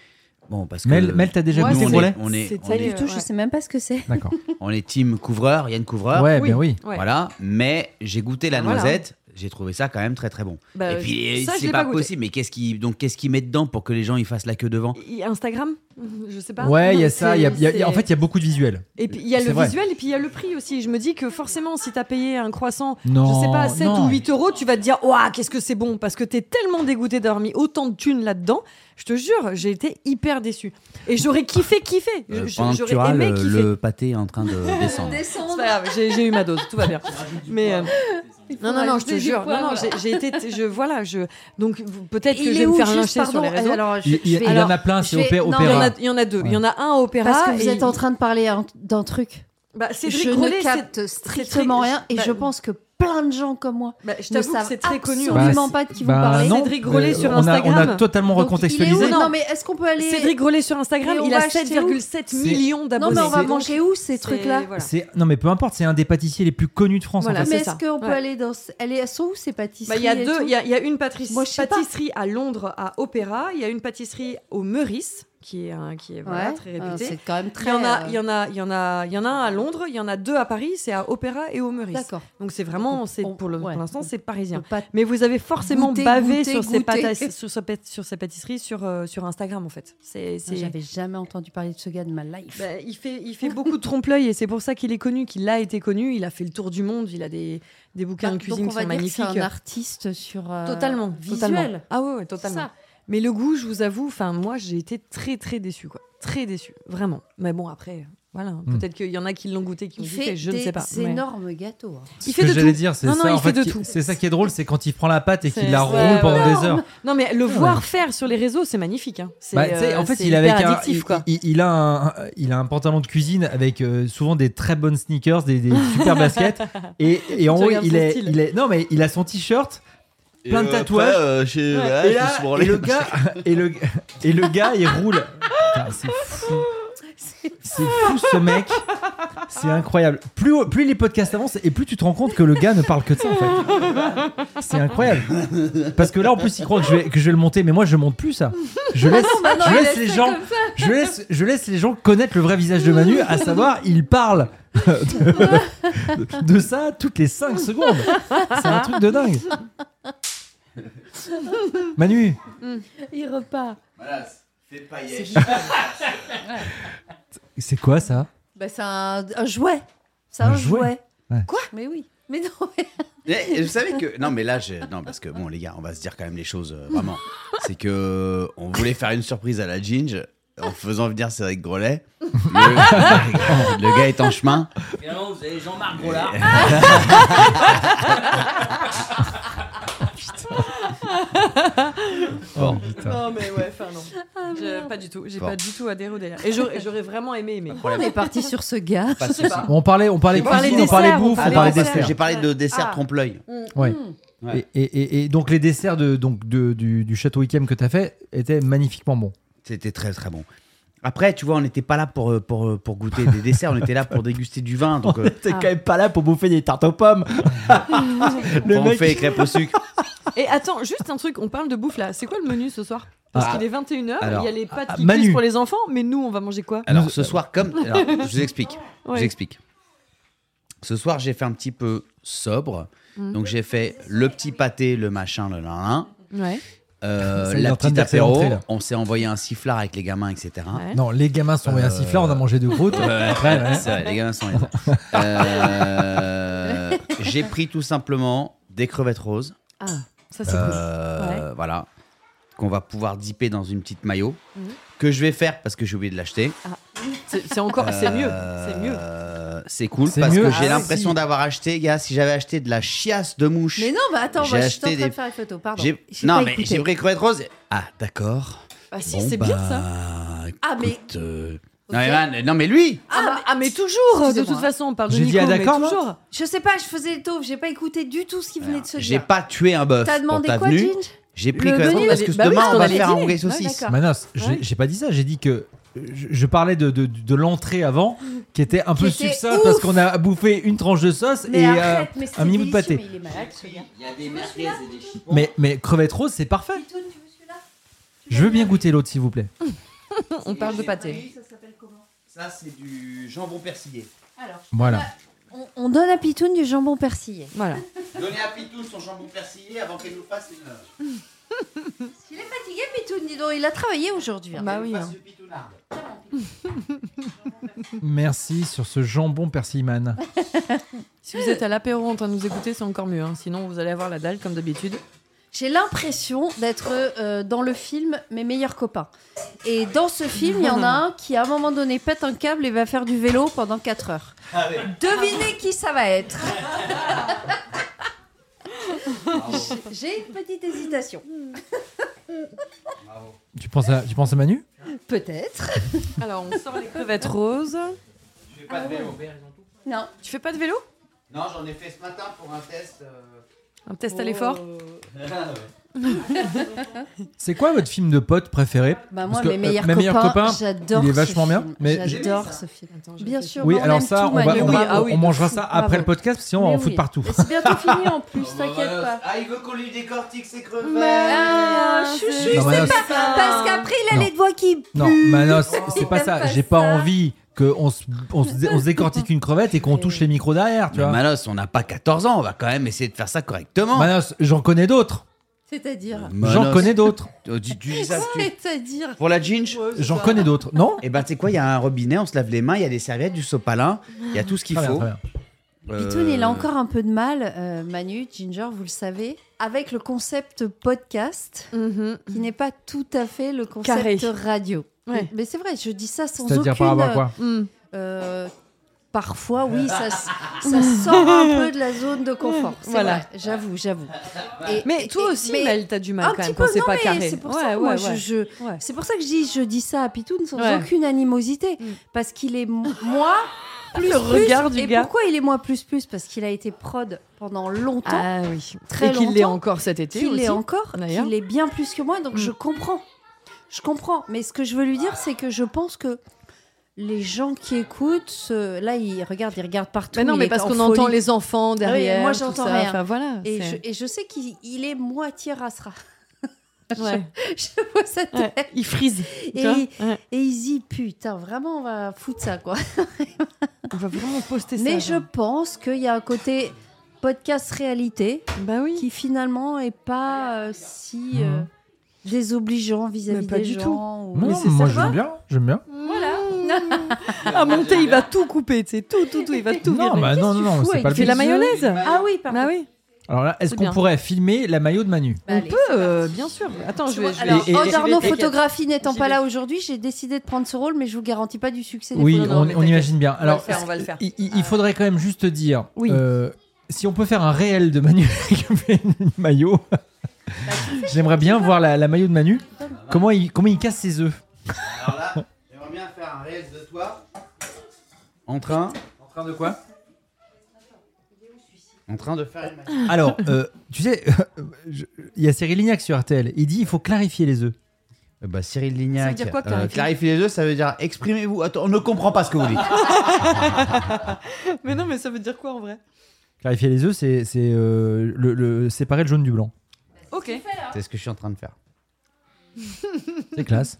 S2: Bon, parce que
S3: Mel, Mel, t'as déjà
S1: Moi,
S3: goûté
S2: nous,
S1: c'est-
S2: on
S3: Grolet
S2: est, on est-
S1: c'est
S2: on
S1: ça,
S2: est-
S4: Du tout, je
S1: ouais.
S4: sais même pas ce que c'est.
S3: D'accord.
S2: on est team couvreur, Yann Couvreur.
S3: Ouais, ben oui.
S1: Ouais.
S2: Voilà, mais j'ai goûté la
S1: Ah, voilà.
S2: noisette, j'ai trouvé ça quand même très très bon.
S1: Bah,
S2: Et puis
S1: ça, je
S2: c'est
S1: l'ai
S2: pas,
S1: pas goûté.
S2: possible, mais qu'est-ce qui donc qu'est-ce qu'ils mettent dedans pour que les gens ils fassent la queue devant
S1: Et Instagram, je sais pas.
S3: Ouais, il y a
S1: C'est-
S3: ça. il y a- il y a-
S1: c'est-
S3: en fait, il y a beaucoup de visuels.
S1: et puis il y a
S3: c'est
S1: le
S3: vrai.
S1: visuel et puis il y a le prix aussi. Je me dis que forcément, si t'as payé un croissant,
S3: Non,
S1: je sais pas, 7
S3: non.
S1: ou 8 euros, tu vas te dire, waouh, qu'est-ce que c'est bon, parce que t'es tellement dégoûté d'avoir mis autant de thunes là-dedans. Je te jure, j'ai été hyper déçu. Et j'aurais kiffé, kiffé.
S2: Euh,
S1: Je-
S2: Pendant que tu
S1: J'aurais
S2: râles, euh,
S1: aimé
S2: le,
S1: kiffer.
S2: pâté est en train de descendre.
S1: C'est pas grave, j'ai j'ai eu ma dose, tout va bien. Mais euh, non, non, non, je te
S4: rajouter du
S1: jure, non,
S4: poivre.
S1: non, j'ai j'ai été, je voilà, je donc vous- peut-être que je
S4: Il
S1: vais
S4: est
S1: me
S4: où
S1: faire
S4: juste,
S1: lyncher sur
S4: pardon
S1: les réseaux.
S4: Alors, je-
S3: Il,
S4: je
S3: il-
S4: vais-
S3: il y en a
S4: alors,
S3: plein, c'est
S4: je vais-
S3: opé-
S4: non,
S1: Il y, en
S3: opéra.
S1: a, il y en a deux. Il y en a un à opéra.
S4: Parce que vous
S1: et-
S4: êtes en train de parler un- d'un truc.
S1: Bah, Cédric
S4: Je
S1: Grolet,
S4: ne
S1: c'est-
S4: capte
S1: très-
S4: strictement rien et
S1: bah,
S4: je pense que plein de gens comme moi
S1: bah, je
S4: ne
S1: t'avoue que
S4: savent
S1: c'est très connu. hein. en
S3: Bah,
S4: absolument
S3: c'est-
S4: pas de qui
S3: bah,
S4: vous parlez.
S3: non,
S1: Cédric Grolet
S3: mais
S1: sur
S3: on a- On a,
S1: Instagram.
S3: totalement
S4: Donc, il
S3: recontextualisé.
S4: est où non, mais est-ce qu'on peut aller
S1: fait. Cédric Grolet sur Instagram,
S4: Mais on
S1: il a
S4: va acheter
S1: 7,7
S3: où
S1: millions
S4: Non
S1: d'abonnés.
S4: mais on va
S1: Donc,
S4: manger où ces
S1: c'est-
S4: trucs-là
S1: voilà.
S3: C'est- Non, mais peu importe, c'est un des pâtissiers les plus connus de France. en
S1: Voilà.
S3: fait.
S1: c'est
S4: Mais est-ce
S1: ça.
S4: qu'on peut
S1: Ouais.
S4: aller dans ce- Elles elles sont où ces
S1: Bah,
S4: pâtisseries
S1: Il y a
S4: et
S1: deux,
S4: tout
S1: il y a, il y a une pâtisserie,
S4: Moi, je sais pas.
S1: pâtisserie à Londres, à Opéra. Il y a une pâtisserie au Meurice, qui est, un- qui est voilà,
S4: Ouais,
S1: très
S4: euh,
S1: réputée.
S4: C'est quand même
S1: Il
S4: très.
S1: y en a,
S4: euh,
S1: il y en a, il y en a, il y en a un à Londres, il y en a deux à Paris, c'est à Opéra et au Meurice.
S4: D'accord.
S1: Donc c'est vraiment, c'est
S4: On-
S1: pour le-
S4: ouais.
S1: pour l'instant, c'est parisien.
S4: On peut pas-
S1: Mais vous avez forcément
S4: Goûter,
S1: bavé
S4: goûter,
S1: sur, ces
S4: goûter.
S1: pâtas- sur, ce pâ- sur ces pâtisseries sur, euh, sur Instagram en fait. C'est, c'est-
S4: Ah, J'avais jamais entendu parler de ce gars de ma life.
S1: Bah, il fait, il fait beaucoup de trompe-l'œil et c'est pour ça qu'il est connu, qu'il a été connu. Il a fait le tour du monde, il a des, des bouquins
S4: Donc,
S1: de cuisine
S4: on
S1: qui
S4: va
S1: sont
S4: dire que
S1: magnifiques.
S4: C'est un artiste sur euh,
S1: totalement,
S4: visuel.
S1: totalement. Ah ouais, ouais,
S4: C'est
S1: totalement.
S4: ça.
S1: Mais le goût, je vous avoue, enfin moi j'ai été très très déçue quoi, très déçue, vraiment. Mais bon après, voilà,
S3: Hmm.
S1: peut-être qu'il y en a qui l'ont goûté, qui ont
S4: Il
S1: kiffé,
S4: fait
S1: je ne
S4: des
S1: sais pas. mais-
S4: énormes gâteaux. hein.
S1: Il
S3: Ce
S1: fait
S3: que
S1: de
S3: j'allais
S1: tout.
S3: dire, c'est
S1: Non, non,
S3: ça.
S1: il
S3: en
S1: fait de
S3: qui-
S1: tout.
S3: C'est ça qui est drôle, c'est quand il prend la pâte et qu'il
S1: C'est-
S3: la
S1: ouais,
S3: roule
S1: ouais,
S3: pendant
S1: ouais.
S3: des heures.
S1: Non mais le voir faire sur les réseaux, c'est magnifique. hein. C'est,
S3: Bah, tu sais,
S1: euh,
S3: en fait,
S1: c'est
S3: il, avait
S1: hyper
S3: un-
S1: addictif,
S3: il-
S1: quoi.
S3: il- il a un, il a un pantalon de cuisine avec euh, souvent des très bonnes sneakers, des, des super baskets. Et, et en
S1: Tu
S3: haut,
S1: regardes
S3: il
S1: son
S3: est,
S1: style.
S3: il est. Non, mais il a son t-shirt. Plein de
S6: après,
S3: tatouages.
S6: euh, chez-
S1: Ouais.
S6: ouais,
S3: et,
S6: je me
S3: là,
S6: suis branlé.
S3: et le gars, et, le, et le gars, il roule. Putain, C'est fou. C'est fou ce mec. C'est incroyable. Plus, plus les podcasts avancent et plus tu te rends compte que le gars ne parle que de ça en fait. C'est incroyable. Parce que là en plus il croit que je vais, que je vais le monter, mais moi je monte plus ça. Je laisse,
S4: Ah
S3: je laisse les gens, je laisse, je laisse les gens connaître le vrai visage de Manu, à savoir il parle de, de ça toutes les 5 secondes. C'est un truc de dingue. Manu,
S4: Il repart.
S3: c'est quoi ça
S4: Bah, c'est un, un jouet. C'est un,
S3: Un jouet.
S4: jouet.
S3: Ouais.
S4: Quoi Mais oui. Mais non. mais-
S2: Eh, et vous savez que non mais là je... non parce que bon les gars on va se dire quand même les choses euh, vraiment c'est que euh, on voulait faire une surprise à la Ginge en faisant venir Cédric Grolet le, le gars est en chemin
S5: Finalement, vous avez Jean-Marc Grollard.
S2: bon
S3: Oh, putain.
S1: Non, mais ouais, enfin non. Je- pas du tout. J'ai
S2: Bon.
S1: pas du tout adhéré au délire. Et j'aurais j'aurais vraiment aimé aimer.
S4: On est parti sur ce gars.
S2: Pas de
S1: sais
S2: souci.
S1: pas.
S3: On parlait, on parlait
S1: On parlait
S3: cuisine, on parlait
S1: dessert, on
S3: bouffe, on
S1: parlait
S3: parlait
S1: dessert.
S3: dessert.
S2: J'ai parlé de dessert
S1: Ah.
S2: trompe-l'œil.
S3: Ouais.
S2: Ouais.
S3: Et, et- et- et donc les desserts de, donc de- du, du château Yquem que t'as fait étaient magnifiquement bons.
S2: C'était très très bon. Après, tu vois, on n'était pas là pour, euh, pour, euh, pour goûter des desserts, on était là pour déguster du vin. Donc, euh,
S4: Ah.
S3: T'es quand même pas là pour bouffer des tartes aux pommes.
S2: on fait crêpes au sucre.
S1: Et attends, juste un truc, on parle de bouffe là. C'est quoi le menu ce soir Parce
S2: Ah.
S1: qu'il est 21h, il
S2: Alors,
S1: y a les pâtes
S3: ah,
S1: qui
S3: Manu.
S1: cuisent pour les enfants, mais nous on va manger quoi
S2: Alors ce soir, comme. alors, je vous explique. Je vous
S1: Ouais.
S2: explique. Ce soir, j'ai fait un petit peu sobre.
S3: Mhm.
S2: Donc j'ai fait le petit pâté, le machin, le lin.
S1: Ouais.
S2: Euh,
S3: Ça, il est
S2: la
S3: en train
S2: petite
S3: de dire que c'est
S2: apéro,
S3: l'entrée, là.
S2: on s'est envoyé un sifflard avec les gamins, etc.
S1: Ouais.
S3: Non, les gamins sont
S2: Euh,
S3: un siffleur, on a mangé de croûtes. Après, ouais.
S2: C'est vrai, les gamins sont les uns. Euh, J'ai pris tout simplement des crevettes roses,
S1: Ah, ça c'est cool.
S2: euh, voilà, qu'on va pouvoir dipper dans une petite maillot,
S1: Mhm.
S2: que je vais faire parce que j'ai oublié de l'acheter.
S1: C'est c'est encore, c'est mieux.
S3: Euh,
S1: C'est mieux.
S3: bah
S2: mieux. Euh, C'est cool
S3: C'est
S2: parce
S3: mieux.
S2: que
S3: Ah,
S2: j'ai l'impression
S3: si.
S2: d'avoir acheté, gars, si j'avais acheté de la chiasse de mouche.
S4: Mais non, bah attends,
S2: J'ai
S4: moi, je suis en
S2: acheté
S4: train
S2: des-
S4: de faire les photos. Pardon.
S2: j'ai-
S4: J'ai
S2: non
S4: pas
S2: mais
S4: écouté.
S2: j'ai pris crevettes roses. Ah d'accord.
S1: Ah si,
S2: Bon,
S1: c'est bien ça.
S2: bah,
S4: Ah, mais-
S2: écoute, euh, non, mais man, non mais lui.
S1: Ah, bah- ah, mais toujours, de
S4: Excusez-moi,
S1: toute
S4: hein.
S1: façon, on parle de
S3: J'ai dit,
S1: Nico,
S3: ah,
S1: mais
S3: d'accord, moi
S1: toujours.
S4: Je sais pas, je faisais le taupe, j'ai pas écouté du tout ce qui venait de se
S2: J'ai
S4: dire.
S2: pas tué un bœuf
S4: T'as
S2: pour
S4: demandé
S2: ta
S4: quoi,
S2: venue.
S4: Ginge
S2: J'ai pris
S1: Le
S2: crevettes
S1: menu,
S2: roses parce que
S1: bah oui,
S2: demain
S1: parce
S2: on
S1: qu'on
S2: va
S1: allait
S2: faire un
S1: dîner.
S2: rougail
S4: Ah,
S1: Ouais,
S2: saucisse.
S1: d'accord.
S3: Manos,
S1: Ouais.
S3: j'ai j'ai pas dit ça, j'ai dit que je, je parlais de, de, de l'entrée avant qui était un peu
S4: était
S3: succincte
S4: ouf.
S3: parce qu'on a bouffé une tranche de sauce
S4: Mais
S3: et
S4: arrête,
S3: euh,
S4: mais c'est
S3: un minimum de
S4: délicieux,
S3: pâté.
S4: mais il est malade, ce gars.
S5: Il y a des merguez et des chipons.
S3: Mais, mais crevette rose, c'est parfait. Je veux bien goûter l'autre, s'il vous plaît.
S1: On parle de pâté.
S2: Ça c'est du jambon persillé.
S3: Voilà.
S4: On, on donne à Pitoun du jambon persillé.
S1: Voilà.
S2: Donnez à Pitou son jambon persillé avant qu'elle nous fasse une heure.
S4: Il est fatigué, Pitoun, dis donc, il a travaillé aujourd'hui. hein.
S1: Bah oui. hein.
S3: Merci sur ce jambon persiman.
S1: Si vous êtes à l'apéro en train de nous écouter, c'est encore mieux. hein. Sinon, vous allez avoir la dalle comme d'habitude.
S4: J'ai l'impression d'être euh, dans le film Mes meilleurs copains. Et dans ce film, il y en a un qui, à un moment donné, pète un câble et va faire du vélo pendant 4 heures. Devinez qui ça va être J'ai une petite hésitation.
S3: Tu penses à, tu penses à Manu
S4: Peut-être.
S1: Alors, on sort les crevettes roses.
S2: Je fais pas de vélo.
S4: Non.
S1: Tu fais pas de vélo
S2: Non, j'en ai fait ce matin pour un test. euh.
S1: Un test à l'effort
S3: Ah C'est quoi votre film de pote préféré
S4: Bah
S3: Parce
S4: moi,
S3: que,
S4: mes
S3: euh,
S4: meilleurs
S3: Mes meilleurs
S4: copains,
S3: copains,
S4: j'adore
S3: il est
S4: ce
S3: vachement bien,
S4: film.
S3: mais j'ai-
S4: j'adore ce film. Bien sûr.
S3: Oui,
S4: mais on
S3: alors
S4: aime
S3: ça,
S4: tout,
S3: on, va-
S4: Manu.
S3: on,
S1: Oui,
S3: va-
S1: ah
S3: on-
S1: oui,
S3: on
S1: de
S3: mangera
S1: fou,
S3: ça après
S4: bravo.
S3: le podcast, parce que sinon on
S4: Mais
S3: fout
S4: oui.
S3: partout.
S4: Mais C'est bientôt fini en plus, t'inquiète pas.
S2: Ah, il veut qu'on lui décortique ses crevettes.
S4: Ah, chouchou,
S1: c'est
S4: c'est
S3: Non, Manos.
S4: pas parce qu'après il a
S3: Non.
S4: les doigts qui
S3: Non,
S4: puent.
S3: Manos, c'est pas
S4: J'aime
S3: ça.
S4: pas
S3: J'ai pas
S4: ça.
S3: envie qu'on se, on se, on se décortique une crevette et qu'on touche les micros derrière, tu
S2: Mais
S3: vois.
S2: Manos, on n'a pas 14 ans, on va quand même essayer de faire ça correctement.
S3: Manos, j'en connais d'autres.
S4: C'est-à-dire.
S3: J'en connais d'autres.
S2: d'autres. Tu, tu oh, dis ça, tu-
S4: C'est-à-dire.
S2: Pour la ginge
S3: J'en connais d'autres. Non
S2: Eh ben, tu sais quoi, il y a un robinet, on se lave les mains, il y a des serviettes, du sopalin, il y a tout ce qu'il
S3: Très bien,
S2: faut.
S3: très bien.
S2: Euh,
S4: Pitoun, il a encore un peu de mal, euh, Manu, Ginger, vous le savez, avec le concept podcast
S1: Mhm.
S4: qui n'est pas tout à fait le concept
S1: Carré.
S4: radio.
S1: Ouais.
S4: Mais c'est vrai, je dis ça sans aucune.
S3: C'est-à-dire par rapport à quoi
S1: Mm.
S4: euh, parfois, oui, ça, s- ça sort un peu de la zone de confort. C'est
S1: Voilà.
S4: vrai, j'avoue, j'avoue. Et-
S1: Mais
S4: et-
S1: toi aussi,
S4: mais-
S1: Mel, t'as du mal
S4: un
S1: quand
S4: petit
S1: même
S4: peu,
S1: quand c'est
S4: non,
S1: pas
S4: mais
S1: carré.
S4: C'est pour, ça que moi, je- je-
S1: Ouais.
S4: c'est pour ça que je dis, je dis ça à Pitoun sans
S1: Ouais. Mm.
S4: aucune animosité. Parce qu'il est m- moi plus
S1: Le
S4: plus.
S1: regard du
S4: Et
S1: gars.
S4: pourquoi il est moi plus plus Parce qu'il a été prod pendant longtemps,
S1: Ah oui.
S4: Très
S1: Et qu'il l'est
S4: longtemps.
S1: encore cet été
S4: qu'il
S1: aussi.
S4: est encore,
S1: d'ailleurs. Mm.
S4: qu'il est bien plus que moi, donc je comprends. Je comprends. Mais ce que je veux lui dire, c'est que je pense que les gens qui écoutent, euh, là, ils regardent, ils regardent partout.
S1: Mais non,
S4: il
S1: mais
S4: est
S1: parce
S4: en
S1: qu'on entend
S4: folie.
S1: les enfants derrière.
S4: moi,
S1: tout
S4: j'entends
S1: ça.
S4: rien.
S1: Enfin voilà.
S4: Et je,
S1: c'est-
S4: et je sais qu'il il est moitié rassera.
S1: Ouais.
S4: Je vois sa tête.
S1: Ouais. Il frise.
S4: Et,
S1: Tu vois
S4: il-
S1: Ouais.
S4: et il se dit, putain, vraiment, on va foutre ça, quoi.
S1: On va vraiment poster ça.
S4: Mais je
S3: hein.
S1: genre.
S4: pense qu'il y a un côté podcast réalité
S1: Bah oui.
S4: qui finalement est pas euh, si euh, désobligeant vis-à-vis
S1: Mais pas
S4: des
S1: du
S4: gens.
S3: Non,
S4: ou-
S3: moi
S1: hein.
S3: j'aime bien, j'aime bien.
S4: Voilà.
S1: À monter, Ah, il va tout couper, tu sais, tout, tout, tout, il va tout
S3: Non,
S1: virer.
S3: bah non, non,
S4: tu
S3: non,
S4: fous
S3: c'est
S4: avec
S3: pas le
S1: C'est la
S3: but.
S1: mayonnaise
S4: Ah oui, pardon.
S1: Bah oui.
S3: Alors là, est-ce
S1: C'est
S3: qu'on
S1: bien.
S3: pourrait filmer la maillot de Manu
S4: Bah,
S1: On
S4: allez,
S1: peut,
S4: c'est parti.
S1: euh, bien sûr. Attends, je vais. je vais-
S4: Alors,
S3: Et- et-
S4: Odd Arnaud
S1: t'inquiète.
S4: Photographie n'étant
S1: J'y
S4: pas
S1: vais.
S4: là aujourd'hui, j'ai décidé de prendre ce rôle, mais je vous garantis pas du succès des
S3: Oui,
S1: photos, non,
S3: on,
S1: mais
S3: on
S1: t'inquiète.
S3: imagine bien.
S1: On va le
S3: Alors,
S1: faire, on va le faire.
S3: il, il- il faudrait quand même juste dire
S1: Oui. Bah,
S3: euh, si on peut faire un réel de Manu avec une maillot, J'aimerais bien voir la, la maillot de Manu. Comment il, comment il casse ses œufs
S2: Euh, Alors là, j'aimerais bien faire un réel de toi. En train En train de quoi En train de faire une
S3: Alors, euh, tu sais, je- il y a Cyril Lignac sur RTL. Il dit il faut clarifier les œufs.
S2: bah, Cyril Lignac.
S1: Ça veut dire quoi,
S2: euh,
S1: clarifier
S2: clarifier les œufs, ça veut dire exprimez-vous. Attends, on ne comprend pas ce que vous dites.
S1: Mais non, mais ça veut dire quoi en vrai
S3: Clarifier les œufs, c'est c'est, euh, le, le- séparer le jaune du blanc.
S1: Ok.
S2: C'est ce que je suis en train de faire.
S3: C'est classe.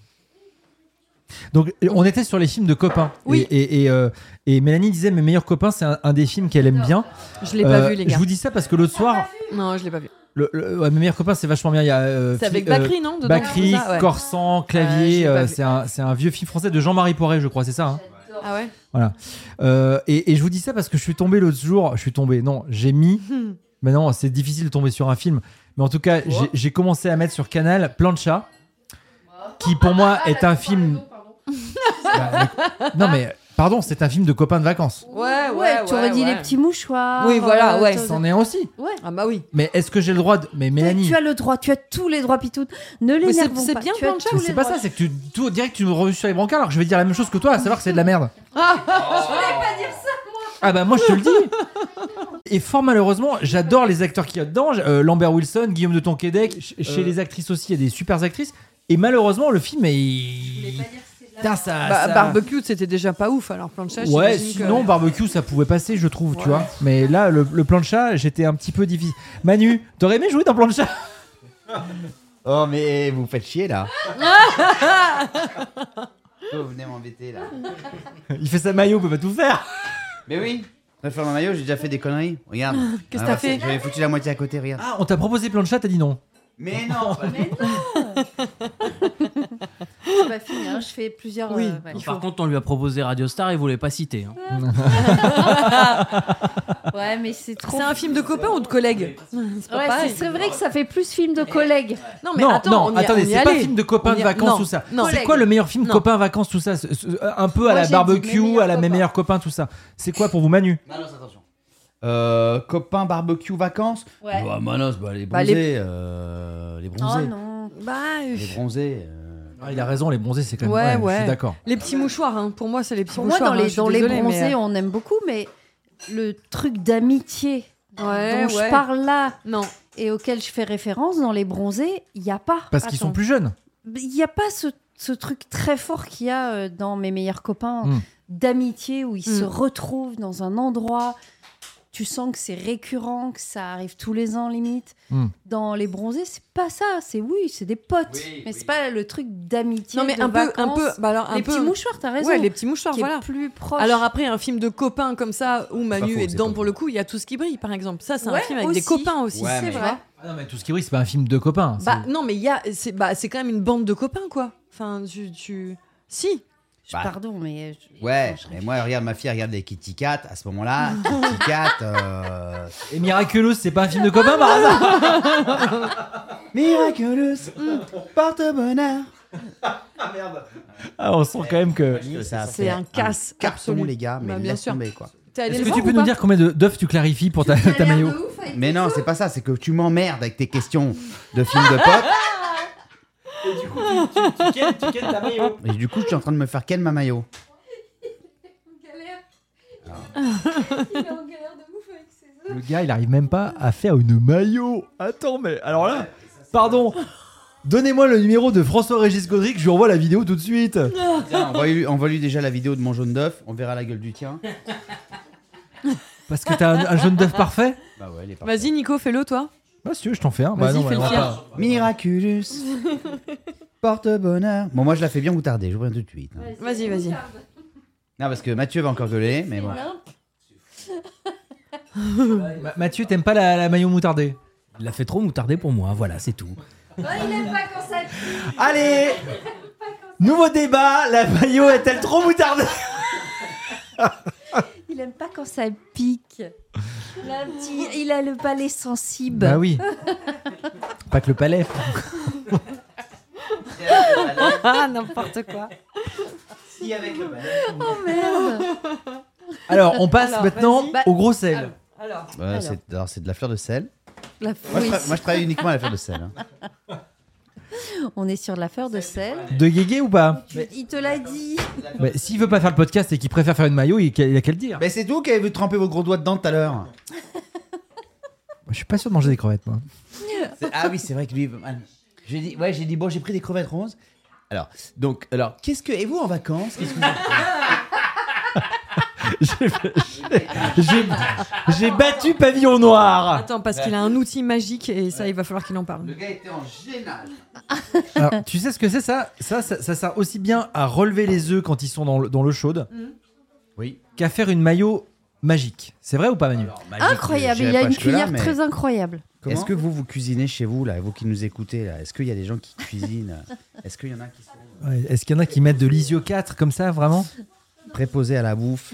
S3: Donc, on était sur les films de copains.
S1: Oui.
S3: Et, et, et, euh, et Mélanie disait Mes meilleurs copains, c'est un, un des films qu'elle aime bien.
S1: Je l'ai pas
S3: Euh,
S1: vu, les gars.
S3: Je vous dis ça parce que l'autre soir,
S1: Non, je l'ai pas vu.
S3: le, le- ouais, Mes meilleurs copains, c'est vachement bien. Il y a, euh,
S1: C'est avec
S3: Phil- euh,
S1: Bakri, non dedans,
S3: Bakri,
S1: c'est ça Ouais.
S3: Corsan,
S1: Euh, je l'ai
S3: Clavier.
S1: pas
S3: euh,
S1: vu.
S3: c'est un, c'est un vieux film français de Jean-Marie Poiret, je crois, c'est ça hein
S1: Ah ouais
S3: Euh, et, et je vous dis ça parce que je suis tombé l'autre jour. Je suis tombé. Non, j'ai mis.
S1: Hmm.
S3: Mais non, c'est difficile de tomber sur un film. Mais en tout cas,
S4: Oh.
S3: j'ai- j'ai commencé à mettre sur Canal Plancha, qui pour moi
S4: Ah,
S3: est un film. Bah, mais- non mais pardon, c'est un film de copains de vacances.
S1: Ouais, ouais,
S4: Ouais, tu aurais
S1: ouais,
S4: dit
S1: ouais.
S4: les petits mouchoirs. euh,
S1: Oui, voilà, ouais.
S4: t'aurais-
S3: C'en est un aussi.
S4: Ouais.
S1: Ah bah oui.
S3: Mais est-ce que j'ai le droit de Mais Mélanie,
S4: Tu as le droit, tu as tous les droits pitounes. Ne les
S1: c'est-
S4: pas.
S1: c'est bien
S4: tu as
S1: Plancha
S4: tous
S3: mais
S4: les
S3: c'est pas
S4: droits.
S3: ça. C'est que tu tout direct tu me revues sur les brancards alors que je vais dire la même chose que toi, à savoir que c'est de la merde. Ah bah moi je te le dis Et fort malheureusement, j'adore les acteurs qu'il y a dedans. J- euh, Lambert Wilson, Guillaume de Tonquédec. euh, Ch- Chez les actrices aussi, il y a des super actrices. Et malheureusement, le film est... Putain, ça,
S1: Bah,
S3: Ah, ça-
S1: Barbecue, c'était déjà pas ouf, alors plan de chat,
S3: Ouais,
S1: j'imagine que-
S3: sinon barbecue ça pouvait passer, je trouve, tu vois. Mais là, le, le plan de chat, j'étais un petit peu difficile. Manu, t'aurais aimé jouer dans plan de chat
S2: Oh, mais vous faites chier là. vous venez m'embêter là.
S3: Il fait sa maillot, on peut pas tout faire.
S2: Mais oui, préfère ma maillot, j'ai déjà fait des conneries. Regarde.
S1: Qu'est-ce
S2: Ah,
S1: que t'as
S2: bah,
S1: fait
S2: J'avais foutu la moitié à côté, regarde.
S3: Ah, on t'a proposé plan de chat, t'as dit non.
S2: Mais non
S4: C'est pas fini, hein, je fais plusieurs.
S1: Oui.
S4: euh, ouais.
S5: Par contre, on lui a proposé Radio Star et voulait pas citer. hein.
S4: Ouais, mais c'est trop.
S1: C'est un film de copain ou de collègue C'est pas
S4: Ouais,
S1: pareil.
S4: c'est c'est vrai que ça fait plus film de collègues.
S1: Non, mais
S3: non,
S1: attends,
S3: non,
S1: on y-
S3: attendez,
S1: on y
S3: c'est pas
S1: allait.
S3: film de copains
S1: On y
S3: de
S1: a-
S3: vacances,
S1: non,
S3: tout ça.
S1: non.
S3: C'est quoi le meilleur film
S1: Non.
S3: copains vacances, tout ça Ce- ce- Un peu à
S4: Moi,
S3: la
S4: j'ai dit mes
S3: barbecue,
S4: meilleurs
S3: à la mes
S4: copains.
S3: meilleurs copains, tout ça. C'est quoi pour vous, Manu
S2: Manos, attention. Euh, copain barbecue vacances
S4: Ouais.
S2: Bah, Manos, bah, les
S1: Bah, les-
S2: bronzés. euh, les
S4: Oh
S2: bronzés.
S4: non.
S1: Bah, euh,
S2: les bronzés. euh,
S3: Ah, Il a raison, les bronzés, c'est quand même.
S1: Ouais,
S3: ouais, Je
S1: ouais.
S3: suis d'accord.
S1: les petits mouchoirs, hein. pour moi, c'est les petits
S4: Pour moi,
S1: mouchoirs.
S4: dans
S1: hein, je
S4: les,
S1: suis
S4: dans les
S1: désolée, mais,
S4: bronzés,
S1: euh,
S4: on aime beaucoup, mais le truc d'amitié
S1: Ouais,
S4: dont
S1: ouais.
S4: je parle là
S1: Non,
S4: et auquel je fais référence dans les bronzés, il n'y a pas.
S3: Parce qu'ils sont
S1: Attends.
S3: plus jeunes.
S4: Bah, Il n'y a pas ce, ce truc très fort qu'il y a euh, dans Mes meilleurs copains
S2: Hmm.
S3: Mm.
S4: d'amitié où ils
S1: Mm.
S4: se retrouvent dans un endroit. Tu sens que c'est récurrent, que ça arrive tous les ans limite.
S2: Hmm.
S3: Mm.
S4: Dans les bronzés, c'est pas ça. C'est oui, c'est des potes,
S5: Oui,
S4: mais
S5: oui.
S4: c'est pas le truc d'amitié.
S1: non mais
S4: de
S1: un peu, un
S4: vacances.
S1: peu, bah alors un
S4: les
S1: peu.
S4: petits mouchoirs, t'as raison.
S1: Ouais, les petits mouchoirs,
S4: qui est
S1: voilà.
S4: plus proche.
S1: Alors après, un film de copains comme ça, où Manu
S2: faux,
S1: est
S2: c'est
S1: dedans
S2: pas
S1: pour
S2: faux.
S1: le coup, il y a tout ce qui brille, par exemple. Ça, c'est un
S4: Ouais,
S1: film avec des
S4: aussi.
S1: copains aussi.
S2: Ouais,
S1: tu
S2: mais-
S1: vois.
S3: Ah non, mais tout ce qui brille, c'est pas un film de copains. c'est-
S1: Bah non, mais il y a, c'est bah, c'est quand même une bande de copains, quoi. Enfin, tu... tu... Si
S4: Je-
S2: Bah.
S4: pardon, mais je-
S2: Ouais,
S4: je-
S2: mais moi, regarde ma fille, regarde les Kitty Kat à ce moment-là. Kitty Kat. euh,
S3: Et Miraculous, c'est pas un film de copains par hasard
S2: Miraculous, porte-bonheur.
S3: Ah, on sent quand même que.
S2: Ça a
S1: C'est
S2: fait
S1: un casse
S2: carton,
S1: absolu.
S2: les gars, mais
S1: Bah, bien
S2: laisse
S1: sûr.
S2: tomber, quoi.
S1: T'es allé
S3: Est-ce
S1: le
S3: que
S1: voir
S3: tu peux
S1: ou
S3: nous
S1: pas
S3: dire combien de- d'œufs tu clarifies pour ta,
S4: T'as
S3: ta
S4: l'air de
S3: maillot
S4: ouf avec
S2: Mais
S4: tes
S2: non, c'est pas ça, c'est que tu m'emmerdes avec tes questions de films de potes. Et du coup, je suis en train de me faire ken ma maillot.
S4: galères. Il est en galère de ouf avec ses œufs.
S3: Le gars, il arrive même pas à faire une maillot. Attends, mais alors là, pardon. Donnez-moi le numéro de François-Régis Godric, je lui envoie la vidéo tout de suite.
S2: Tiens, envoie-lui envoie-lui déjà la vidéo de mon jaune d'œuf, on verra la gueule du tien.
S3: Parce que t'as un, un jaune d'œuf parfait
S2: Bah ouais, il est parti.
S1: Vas-y, Nico, fais-le, toi.
S3: Bah si tu veux, je t'en fais un.
S1: Vas-y,
S3: Bah non,
S1: fais le
S3: bah, on va
S1: fier.
S3: pas.
S2: Miraculous, porte-bonheur. Bon, moi, je la fais bien goûtarder, je vous préviens tout de suite. hein.
S1: Vas-y, vas-y.
S2: Non, parce que Mathieu va encore gueuler, mais bon.
S3: Ma- Mathieu, t'aimes pas la, la maillot moutardée
S5: Il l'a fait trop moutarder pour moi, voilà, c'est tout.
S4: il aime pas quand ça pue.
S3: Allez Nouveau débat, la maillot est-elle trop moutardée
S4: Il aime pas quand ça pique. Il a, un petit- il a le palais sensible.
S3: Bah oui. pas que le palais.
S1: Ah, n'importe quoi.
S3: Alors, on passe
S1: Alors,
S3: maintenant
S1: vas-y.
S3: au gros sel.
S1: Alors,
S2: Ouais, c'est- alors, c'est de la fleur de sel.
S4: La
S2: Moi, je
S4: oui,
S2: tra- moi, je travaille uniquement à l'affaire de sel. hein.
S4: on est sur l'affaire de sel.
S3: De Guégué ou pas
S4: Il te l'a dit.
S3: Mais S'il veut pas faire le podcast et qu'il préfère faire une maillot, il il a qu'à le dire.
S2: Mais c'est vous qui avez trempé vos gros doigts dedans tout à l'heure.
S3: Je suis pas sûr de manger des crevettes, moi.
S2: C'est- Ah oui, c'est vrai que lui. ah, J'ai dit, ouais, j'ai dit bon, j'ai pris des crevettes roses. Alors, donc, alors, qu'est-ce que et vous en vacances Qu'est-ce que vous-
S3: J'ai j'ai battu pavillon noir.
S1: Attends, parce qu'il a un outil magique et ça, il va falloir qu'il en parle.
S2: gars était en gênage.
S3: Alors, tu sais ce que c'est ça ça, ça ça sert aussi bien à relever les œufs quand ils sont dans le- dans l'eau chaude
S1: Mm.
S2: Oui.
S3: qu'à faire une maillot magique. C'est vrai ou pas, Manu
S2: Alors,
S4: Ah,
S2: magique,
S4: Incroyable,
S2: j'irai
S4: il a
S2: pas
S4: une
S2: jusque-là,
S4: cuillère
S2: mais
S4: très incroyable.
S2: Est-ce que vous vous cuisinez chez vous là, vous qui nous écoutez là Est-ce qu'il y a des gens qui cuisinent Est-ce qu'il y en a qui sont
S3: Ouais, Est-ce qu'il y en a qui mettent de l'isio 4 comme ça, vraiment
S2: préposés à la bouffe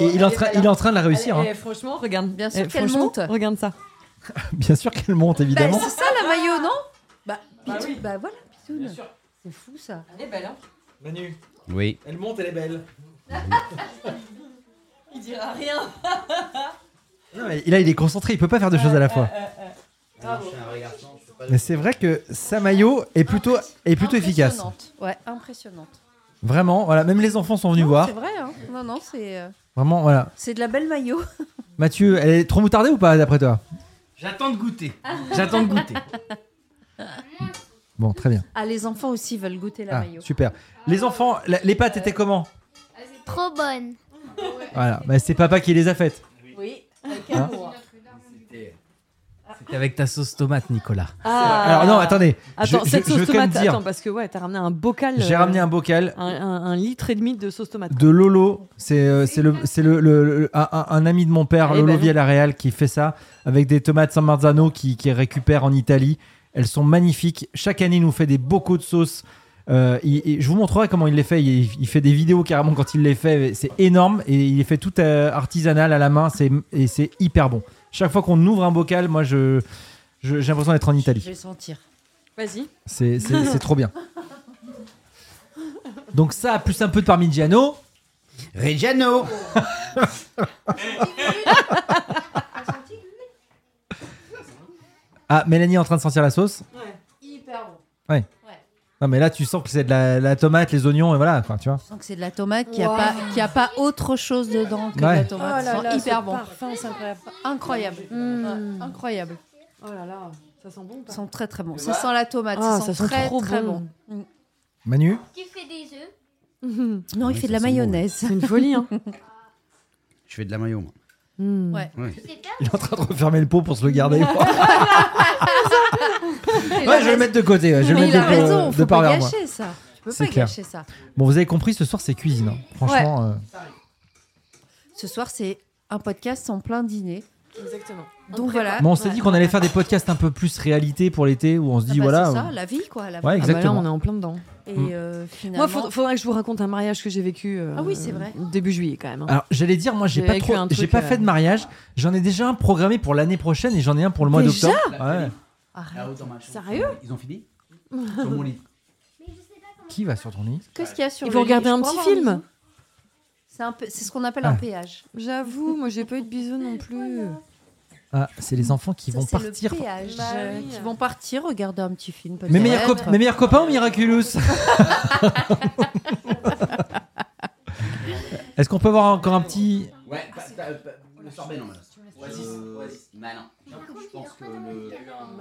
S3: Et il est, en train, il est en train de la réussir. hein.
S1: franchement, regarde.
S4: Bien sûr
S1: Eh,
S4: qu'elle
S1: franchement,
S4: monte.
S1: Regarde ça.
S3: Bien sûr qu'elle monte,
S4: Bah,
S3: évidemment.
S4: c'est ça la maillot, non Bah, Pitou- bah voilà, Pitoune. C'est fou ça.
S1: Elle est belle, hein
S3: Manu,
S2: Oui.
S3: elle monte, elle est belle.
S1: Il dira rien.
S3: là, il est concentré, il peut pas faire deux choses à la fois. Mais c'est vrai que sa maillot est plutôt, est plutôt efficace.
S4: Impressionnante. Ouais, impressionnante.
S3: Vraiment, voilà, même les enfants sont venus voir.
S4: C'est vrai, hein Non, non, c'est euh,
S3: Vraiment, voilà.
S4: c'est de la belle maillot.
S3: Mathieu, elle est trop moutardée ou pas, d'après toi
S5: J'attends de goûter. J'attends de goûter.
S3: Bon, très bien.
S4: Ah, les enfants aussi veulent goûter la
S3: Ah,
S4: maillot.
S3: super. Les enfants, la- les pâtes étaient comment
S6: Trop bonne.
S3: Voilà, bah, c'est papa qui les a faites.
S4: Oui,
S3: Hein
S5: C'était avec ta sauce tomate, Nicolas.
S3: Alors non, attendez.
S1: Ah. Attends,
S3: je,
S1: cette
S3: je- je
S1: sauce
S3: veux quand même
S1: tomate,
S3: dire,
S1: attends, parce que ouais, t'as ramené un bocal.
S3: j'ai
S1: euh,
S3: ramené un bocal
S1: un, un- un litre et demi de sauce tomate.
S3: de Lolo. C'est euh, c'est le, c'est le, le- le- un, un- un ami de mon père,
S1: Eh
S3: Lolo
S1: ben.
S3: Villarreal, qui fait ça avec des tomates San Marzano qui, qui récupère en Italie. Elles sont magnifiques. Chaque année, il nous fait des bocaux de sauce. Euh, il- il- je vous montrerai comment il les fait. Il, il fait des vidéos carrément quand il les fait. C'est énorme et il les fait tout euh, artisanal à la main. C'est et c'est hyper bon. Chaque fois qu'on ouvre un bocal, moi je je- j'ai l'impression d'être en
S4: je
S3: Italie.
S4: vais sentir.
S1: Vas-y.
S3: C'est- C'est c'est trop bien. Donc ça, plus un peu de parmigiano.
S2: Reggiano
S3: Ah, Mélanie est en train de sentir la sauce.
S4: Hyper bon.
S3: Non, mais là, tu sens que c'est de la, la tomate, les oignons, et voilà, quoi, tu vois.
S4: Je sens que c'est de la tomate qui a pas qui a pas autre chose dedans que de
S3: Ouais.
S4: la tomate. Ça sent hyper bon.
S1: c'est incroyable.
S4: Incroyable. Ouais, incroyable.
S1: Oh là là, ça sent bon. ou pas
S4: Ça sent très très bon. Ça sent la tomate.
S1: Ah,
S4: ça
S1: ça
S4: sent,
S1: sent
S4: très
S1: trop
S4: très
S1: bon.
S4: bon.
S3: Manu
S6: Tu fais des œufs
S4: Non,
S2: Oui,
S4: il fait
S2: ça
S4: de la
S2: sent bon,
S4: mayonnaise.
S1: C'est une folie, hein.
S2: Je fais de la maillot, moi.
S1: Mm.
S4: Ouais.
S2: Oui.
S6: C'est ça
S3: Il est en train de refermer le pot pour se le garder. ouais, je vais
S4: Il a
S3: le
S4: raison.
S3: mettre de côté. ouais, Je vais le
S4: Mais il
S3: mettre
S4: a
S3: de,
S4: raison,
S3: de
S4: faut
S3: par
S4: pas
S3: vers moi.
S4: gâcher ça. Tu peux
S3: C'est
S4: pas
S3: clair.
S4: gâcher ça.
S3: Bon, vous avez compris, ce soir, c'est cuisine. hein. Franchement, euh,
S4: Ce soir, c'est un podcast en plein dîner.
S1: Exactement.
S4: Donc
S1: Ah
S4: voilà.
S3: bon, on s'est
S4: Ah, Ouais.
S3: dit qu'on allait faire des podcasts un peu plus réalité pour l'été, où on se
S4: Ah
S3: dit,
S4: bah,
S3: voilà.
S4: C'est ça,
S3: euh,
S4: la vie, quoi. La
S1: Ah
S3: Ouais,
S4: vraie.
S1: bah là,
S3: Exactement.
S1: on est en plein dedans.
S3: Mm.
S4: Et euh, finalement.
S1: Moi, faudra- faudrait que je vous raconte un mariage que j'ai vécu. euh,
S4: Ah oui, c'est vrai.
S1: Début juillet, quand même. hein.
S3: Alors, j'allais dire, moi, j'ai
S1: J'ai
S3: pas
S1: vécu
S3: trop,
S1: un
S3: j'ai
S1: truc,
S3: pas
S1: euh,
S3: fait de mariage. J'en ai déjà un programmé pour l'année prochaine et j'en ai un pour le mois
S1: Déjà
S3: d'octobre.
S4: Bah,
S3: Ouais.
S4: Arrête.
S2: Ah,
S1: Sérieux
S2: Ils ont fini Sur mon lit.
S3: Qui va sur ton lit
S4: Qu'est-ce qu'il y a sur
S1: Ils
S4: le
S1: vont
S4: lit
S1: regarder
S4: Je
S1: un
S4: peux
S1: petit
S4: avoir un
S1: film.
S4: bisou C'est un peu- c'est ce qu'on appelle
S3: Ah.
S4: un péage.
S1: J'avoue, moi, j'ai pas eu de bisous non plus.
S3: Ah, c'est les enfants qui
S4: Ça,
S3: vont
S4: c'est
S3: partir.
S4: Le péage.
S1: Bah
S4: euh,
S1: oui.
S4: Qui vont partir regarder un petit film.
S3: Mes
S4: peut-être.
S3: meilleurs, cop- mes meilleurs copains ou Miraculous Est-ce qu'on peut voir encore un petit.
S2: Ouais, bah, pas- pas- pas- le sorbet, non, madame. Oasis, Oasis. Bah non. Je pense que le.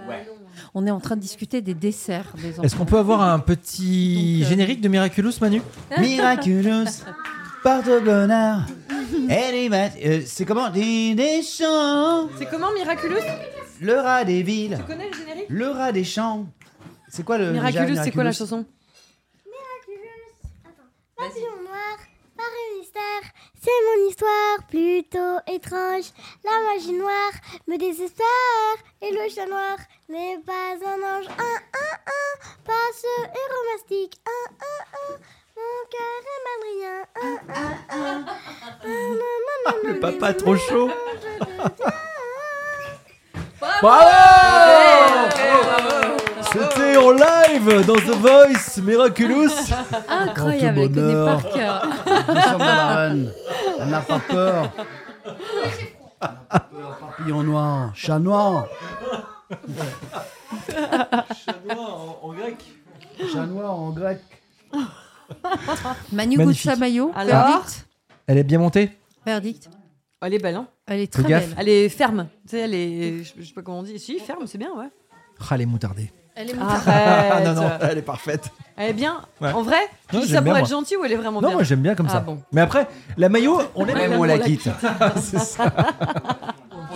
S2: Ouais.
S4: On est en train de discuter des desserts des
S3: Est-ce
S4: enfants.
S3: qu'on peut avoir un petit
S4: Donc, euh,
S3: générique de Miraculous, Manu
S2: Miraculous, porte au bonheur. Elle est mat- euh, c'est comment Des, des champs,
S1: C'est comment, Miraculous
S2: le rat des villes,
S1: Tu connais le générique
S2: le rat des champs. C'est quoi le
S3: Euh,
S2: déjà,
S1: Miraculous, c'est quoi la chanson
S6: Papillon noir, par un mystère, c'est mon histoire plutôt étrange. La magie noire me désespère et le chat noir n'est pas un ange. Un, un, un, pas ce héros mastique. Un, un, un, mon cœur est madrien. Un, un,
S7: Ah,
S6: un. Un, un, un, un, un,
S3: Papa trop chaud
S6: un, un, un.
S3: Bravo C'était en live dans The Voice Miraculous
S4: Incroyable,
S3: Oh,
S4: elle
S3: quel
S4: connaît
S3: bonheur.
S4: par cœur.
S2: Nous sommes dans la run. Elle n'a pas peur. Papillon noir, chat noir,
S3: en, grec.
S2: chat noir en grec.
S4: Manu
S3: Magnifique.
S4: Goutsamayo,
S1: Alors
S4: verdict.
S3: Elle est bien montée
S4: Verdict.
S1: Elle est belle, hein
S4: Elle est
S3: Fais
S4: très
S3: gaffe.
S4: belle.
S1: Elle est ferme. Tu sais, elle est. Je je sais pas comment on dit. Si, ferme, c'est bien, ouais.
S3: Ah, les moutardés.
S4: Elle est
S1: Arrête.
S3: elle est parfaite.
S1: Elle est bien.
S3: Ah, Ouais.
S1: En vrai Tu
S3: Non,
S1: dis
S3: j'aime
S1: ça
S3: bien,
S1: pour être
S3: moi.
S1: gentil ou elle est vraiment
S3: Non,
S1: bien
S3: moi j'aime bien comme
S1: Ah
S3: ça.
S1: bon.
S3: Mais après, la maillot, on l'aime.
S2: Même on la quitte.
S3: C'est ça.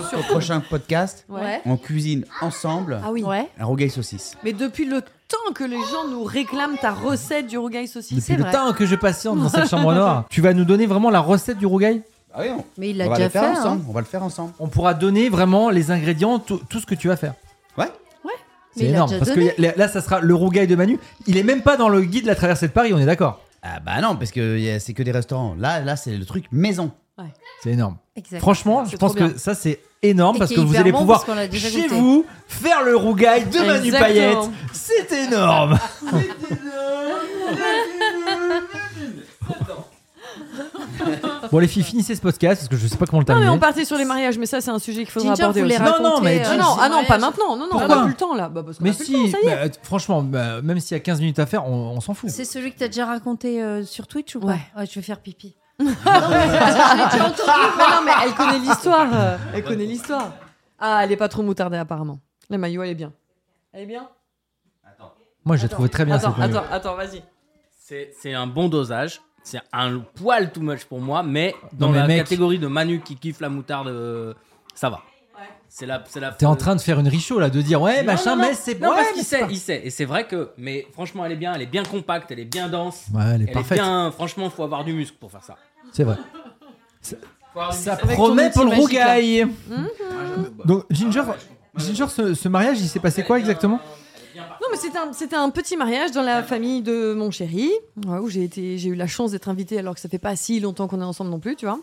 S2: Sur le prochain podcast,
S4: Ouais.
S2: on cuisine ensemble
S1: Ah oui.
S4: Ouais.
S2: un rougail saucisse.
S1: Mais depuis le temps que les gens nous réclament ta recette du rougail saucisse.
S3: Depuis le
S4: vrai.
S3: temps que je patiente dans cette chambre noire, tu vas nous donner vraiment la recette du rougail
S2: Ah oui, on,
S4: Mais il
S2: on
S4: l'a
S2: va
S4: déjà
S2: le
S4: fait.
S2: faire
S4: hein.
S2: ensemble. On va le faire ensemble.
S3: On pourra donner vraiment les ingrédients, tout, tout ce que tu vas faire.
S2: Ouais.
S4: Ouais.
S3: C'est
S4: Mais il a
S3: énorme.
S4: déjà
S3: Parce que
S4: donné.
S3: y a- là, ça sera le rougail de Manu. Il est même pas dans le guide de la traversée de Paris, on est d'accord.
S2: Ah bah non, parce que y a- c'est que des restaurants. Là, là, c'est le truc maison.
S3: C'est énorme.
S4: Exact.
S3: Franchement, je
S1: C'est
S3: pense
S1: trop bien.
S3: que ça, c'est énorme
S4: Et
S3: parce
S4: qui
S3: que
S4: est
S3: vous
S4: hyper
S3: allez
S4: bon
S3: pouvoir
S4: parce qu'on l'a déjà
S3: chez
S4: goûté.
S3: vous faire le rougail de Manu
S1: Exactement.
S3: Payette. C'est énorme. bon les filles, finissez ce podcast parce que je sais pas comment le
S1: Non, mais
S3: terminer.
S1: on partait sur les mariages, mais ça, c'est un sujet qu'il faudra
S4: Ginger
S1: aborder
S4: voulait
S1: aussi.
S3: Non, non,
S4: raconter,
S3: mais
S4: euh,
S1: Ah
S3: Ginger-
S1: non, ah non, pas
S4: mariage.
S1: maintenant. Non, non, on
S3: Pourquoi
S1: n'a plus le temps là. Bah, parce qu'on
S3: Mais
S1: a plus le
S3: si,
S1: temps, ça y est.
S3: bah, t- franchement, bah, même s'il y a 15 minutes à faire, on, on s'en fout.
S4: C'est celui que t'as déjà raconté euh, sur Twitch ou pas
S1: Ouais.
S4: je vais faire pipi.
S1: Mais non, mais elle connaît l'histoire. euh, Elle connaît l'histoire. Ah, elle est pas trop moutardée apparemment. La maillot, elle est bien. Elle est bien.
S3: Moi, je l'ai trouvé très bien.
S1: Attends,
S3: cette
S1: attends, attends, vas-y.
S5: C'est c'est un bon dosage. C'est un poil too much pour moi, mais dans
S3: Non, mais
S5: la
S3: mec.
S5: catégorie de Manu qui kiffe la moutarde, euh, ça va. C'est la, c'est la.
S3: T'es en train de faire une richo là, de dire ouais,
S5: Non,
S3: Eh, machin,
S5: non, non.
S3: mais c'est
S5: Non,
S3: ouais,
S5: parce
S3: mais
S5: qu'il
S3: c'est
S5: sait,
S3: pas-
S5: il sait. Et c'est vrai que, mais franchement, elle est bien, elle est bien compacte, elle est bien dense.
S3: Ouais, elle est
S5: elle
S3: parfaite.
S5: est bien. Franchement, faut avoir du muscle pour faire ça.
S3: C'est vrai.
S5: Faut avoir du
S3: Ça
S5: muscle.
S1: Avec ton
S3: promet pour le
S1: outil magique, là. Ah,
S3: rougail. Donc, Ginger, Ginger ce, ce mariage, il s'est passé quoi exactement
S1: Non, mais c'était un, c'était un petit mariage dans la famille de mon chéri, ouais, où j'ai, été, j'ai eu la chance d'être invitée alors que ça fait pas si longtemps qu'on est ensemble non plus, tu vois.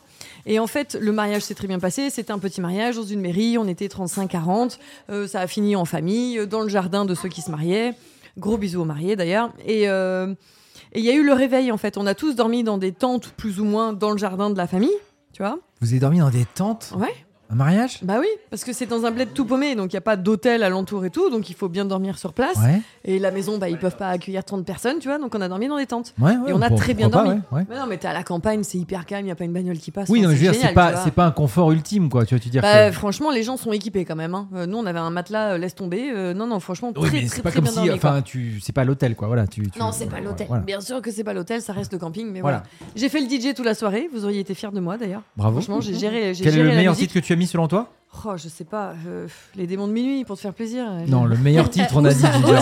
S1: Et en fait, le mariage s'est très bien passé. C'était un petit mariage dans une mairie, on était 35-40. Euh, ça a fini en famille, euh, dans le jardin de ceux qui se mariaient. Gros bisous aux mariés d'ailleurs. Et. euh, et il y a eu le réveil en fait. On a tous dormi dans des tentes plus ou moins dans le jardin de la famille, tu vois.
S3: Vous avez dormi dans des tentes
S1: Ouais.
S3: Un mariage
S1: Bah oui, parce que c'est dans un bled tout paumé, donc il n'y a pas d'hôtel alentour et tout, donc il faut bien dormir sur place.
S3: Ouais,
S1: Et la maison, bah, ils peuvent pas accueillir 30 personnes, tu vois, donc on a dormi dans des tentes.
S3: ouais, ouais,
S1: Et on a
S3: pour-
S1: très bien
S3: pourquoi pas,
S1: dormi.
S3: ouais, ouais.
S1: Mais non, mais t'es à la campagne, c'est hyper calme, il a pas une bagnole qui passe.
S3: Oui,
S1: Enfin,
S3: non, mais je veux dire, c'est
S1: génial, tu
S3: pas,
S1: vois.
S3: c'est pas un confort ultime, quoi. Tu vois, tu veux dire
S1: Bah,
S3: que.
S1: franchement, les gens sont équipés quand même. hein. Euh, Nous, on avait un matelas, euh, laisse tomber. Euh, non, non, franchement,
S3: oui,
S1: très,
S3: mais
S1: très,
S3: c'est pas
S1: très
S3: comme
S1: bien
S3: si.
S1: dormi, quoi.
S3: Enfin, tu, c'est pas l'hôtel, quoi. Voilà, tu, tu-
S1: Non, c'est pas l'hôtel.
S3: Voilà.
S1: Bien sûr que c'est pas l'hôtel, ça reste le camping, mais
S3: Voilà.
S1: voilà. J'ai fait le DJ toute la soirée, vous auriez été fiers de moi d'ailleurs.
S3: Bravo.
S1: Franchement, j'ai géré, j'ai
S3: Quel est
S1: géré
S3: le
S1: la
S3: meilleur
S1: musique.
S3: titre que tu as mis selon toi
S1: Oh, je sais pas, euh, pff, les démons de minuit pour te faire plaisir.
S3: Non, le meilleur titre, on a dit Ginger.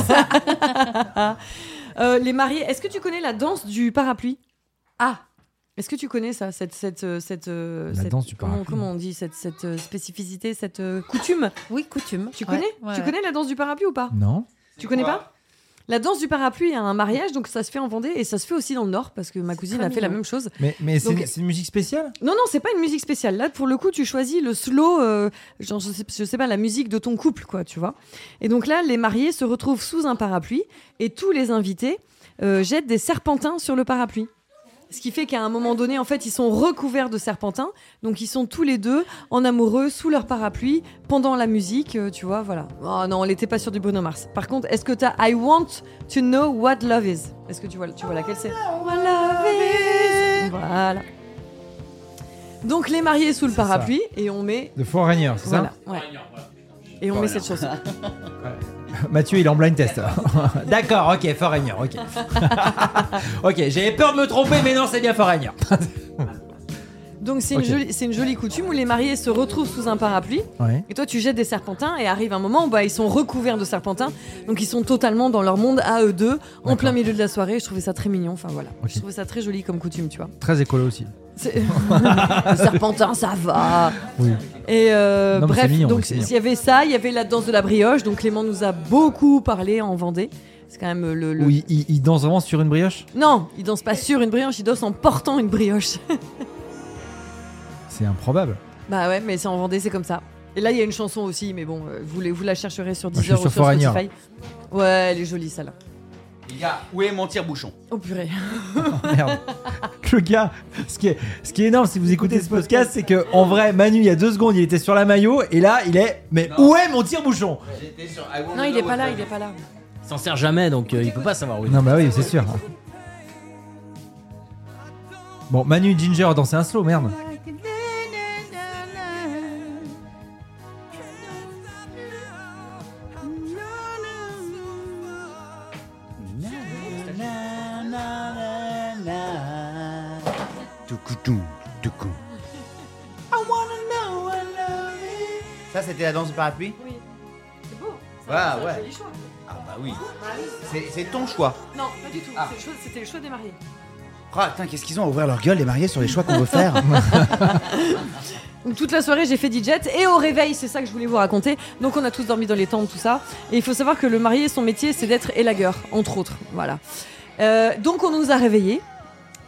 S1: Euh, les mariés, est-ce que tu connais la danse du parapluie Ah Est-ce que tu connais ça Cette. cette, euh, cette, euh,
S3: La
S1: cette-
S3: danse du
S1: comment,
S3: parapluie.
S1: comment on dit Cette, cette euh, spécificité, cette euh, coutume
S4: Oui, coutume.
S1: Tu
S4: Ouais,
S1: connais
S4: ouais,
S1: Tu
S4: ouais.
S1: connais la danse du parapluie ou pas
S3: Non
S1: Tu connais pas La danse du parapluie à un mariage, donc ça se fait en Vendée et ça se fait aussi dans le Nord parce que ma cousine
S4: très
S1: a fait la
S4: mignon.
S1: même chose.
S3: Mais, mais c'est,
S1: Donc-
S3: une- c'est une musique spéciale
S1: Non, non, c'est pas une musique spéciale. Là, pour le coup, tu choisis le slow, euh, genre, je sais, je sais pas, la musique de ton couple, quoi, tu vois. Et donc là, les mariés se retrouvent sous un parapluie et tous les invités euh, jettent des serpentins sur le parapluie. Ce qui fait qu'à un moment donné, en fait, ils sont recouverts de serpentins. Donc, ils sont tous les deux en amoureux sous leur parapluie pendant la musique, euh, tu vois, voilà. Oh non, on n'était pas sur du Bruno Mars. Par contre, est-ce que t'as I want to know what love is Est-ce que tu vois, tu vois laquelle c'est What love is Voilà. Donc, les mariés sous le parapluie et on met.
S3: de Foreigner, c'est
S1: Voilà. ouais. Et on met cette chanson.
S3: ça Mathieu, il est en blind test. D'accord, ok, Foreigner, ok. ok, j'avais peur de me tromper, mais non, c'est bien Foreigner.
S1: Donc, c'est
S3: Ok.
S1: une, jolie- c'est une jolie coutume où les mariés se retrouvent sous un parapluie.
S3: ouais.
S1: Et toi, tu jettes des serpentins et arrive un moment où bah, ils sont recouverts de serpentins. Donc, ils sont totalement dans leur monde à eux deux, en
S3: D'accord.
S1: plein milieu de la soirée. Je trouvais ça très mignon. Enfin, voilà.
S3: Ok.
S1: Je trouvais ça très joli comme coutume, tu vois.
S3: Très écolo aussi.
S1: C'est- Le serpentin, ça va.
S3: Oui.
S1: Et euh,
S3: Non, mais c'est
S1: bref,
S3: mignon,
S1: donc
S3: c'est mignon.
S1: il y avait ça, il y avait la danse de la brioche. Donc, Clément nous a beaucoup parlé en Vendée. C'est quand même le. le-
S3: Oui, il, il danse vraiment sur une brioche
S1: Non, il danse pas sur une brioche, il danse en portant une brioche.
S3: C'est improbable.
S1: bah ouais, mais c'est en Vendée, c'est comme ça. Et là, il y a une chanson aussi, mais bon, euh, vous, les- vous la chercherez sur
S3: Moi, je suis
S1: Deezer ou
S3: sur
S1: sur
S3: Foreigner.
S1: Spotify. Ouais, elle est jolie, celle-là.
S2: Les gars, où est mon tire-bouchon
S1: Oh purée.
S3: Merde. Le gars, ce qui est, ce qui est énorme si vous écoutez ce podcast, c'est que en vrai, Manu, il y a deux secondes, il était sur la maillot et là, il est. Mais où est mon tire-bouchon
S1: Non, il est pas là, il est pas là.
S5: Il s'en sert jamais, donc euh, il peut pas savoir où il est.
S3: Non, bah oui, c'est sûr. Bon, Manu Ginger a dansé un slow, merde.
S2: Ça, c'était la danse du parapluie
S1: Oui. C'est beau.
S2: Ça, Ouais, c'est un ouais. joli Ah bah oui. C'est c'est ton choix.
S1: Non, pas du tout.
S2: Ah.
S1: C'était le choix des mariés.
S2: Ah, putain, qu'est-ce qu'ils ont à ouvrir leur gueule, les mariés, sur les choix qu'on veut faire
S1: Donc, toute la soirée, j'ai fait DJ et au réveil, c'est ça que je voulais vous raconter. Donc, on a tous dormi dans les tentes, tout ça. Et il faut savoir que le marié, son métier, c'est d'être élagueur, entre autres. Voilà. Euh, donc, on nous a réveillés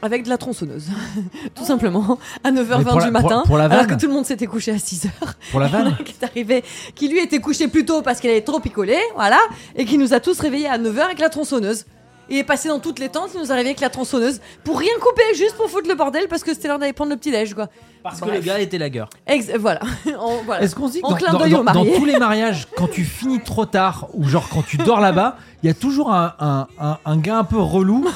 S1: avec de la tronçonneuse, tout simplement, à 9h20
S3: Mais pour
S1: du
S3: la- pour-
S1: matin,
S3: pour la
S1: alors que
S3: vanne Ah
S1: tout le monde s'était couché à 6h.
S3: Pour la vanne
S1: qui est arrivé, qui lui était couché plus tôt parce qu'il avait trop picolé, voilà, et qui nous a tous réveillés à 9h avec la tronçonneuse. Il est passé dans toutes les tentes, il nous a réveillés avec la tronçonneuse pour rien couper, juste pour foutre le bordel parce que c'était l'heure d'aller prendre le petit-déj, quoi.
S5: Parce que le gars était la gueule.
S1: Ex voilà. En- voilà.
S3: Est-ce qu'on se dit que
S1: En
S3: dans,
S1: clin
S3: dans-
S1: d'œil
S3: dans-
S1: aux mariés.
S3: dans tous les mariages, quand tu finis trop tard ou genre quand tu dors là-bas, il y a toujours un, un- un- un gars un peu relou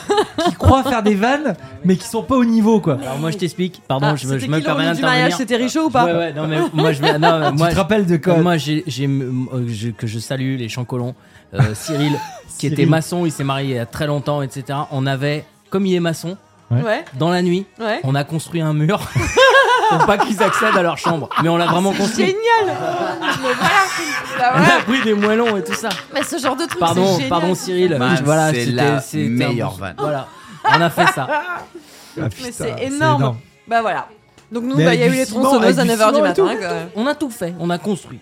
S3: qui croit faire des vannes mais qui sont pas au niveau quoi.
S5: Alors moi je t'explique, pardon,
S1: Ah,
S5: je me, je
S1: c'était
S5: me
S1: qui le
S5: permets
S1: relou du mariage,
S5: d'intervenir.
S1: c'était Richaud ou pas
S5: Ouais, ouais, non mais moi je vais. Non, mais moi,
S3: tu te rappelles de quand
S5: Moi, j'ai, j'ai- euh, je- que je salue les chancolons, euh, Cyril, qui était
S3: Cyril.
S5: maçon, il s'est marié il y a très longtemps, etc. On avait, comme il est maçon,
S1: Ouais,
S5: dans la nuit,
S1: ouais.
S5: on a construit un mur pour pas qu'ils accèdent à leur chambre. Mais on l'a vraiment construit.
S1: Ah, Génial Mais voilà, bah
S5: On a
S1: voilà.
S5: pris des moellons et tout ça.
S1: Mais ce genre de truc, c'est
S5: Pardon,
S1: génial.
S5: pardon Cyril.
S2: Man,
S5: Je- voilà,
S2: c'est
S5: c'était-
S2: la
S5: c'était un
S2: meilleure
S5: bon-
S2: vanne.
S5: Voilà, on a fait ça.
S3: Ah,
S1: Mais
S3: putain,
S1: c'est énorme. Bah voilà. Donc nous,
S3: Mais
S1: bah, il y a eu
S3: avec
S1: les
S3: du ciment,
S1: tronçonneuses à
S3: avec du
S1: 9h du
S3: ciment et
S1: matin.
S3: tout.
S1: quoi.
S5: On a tout fait, on a construit.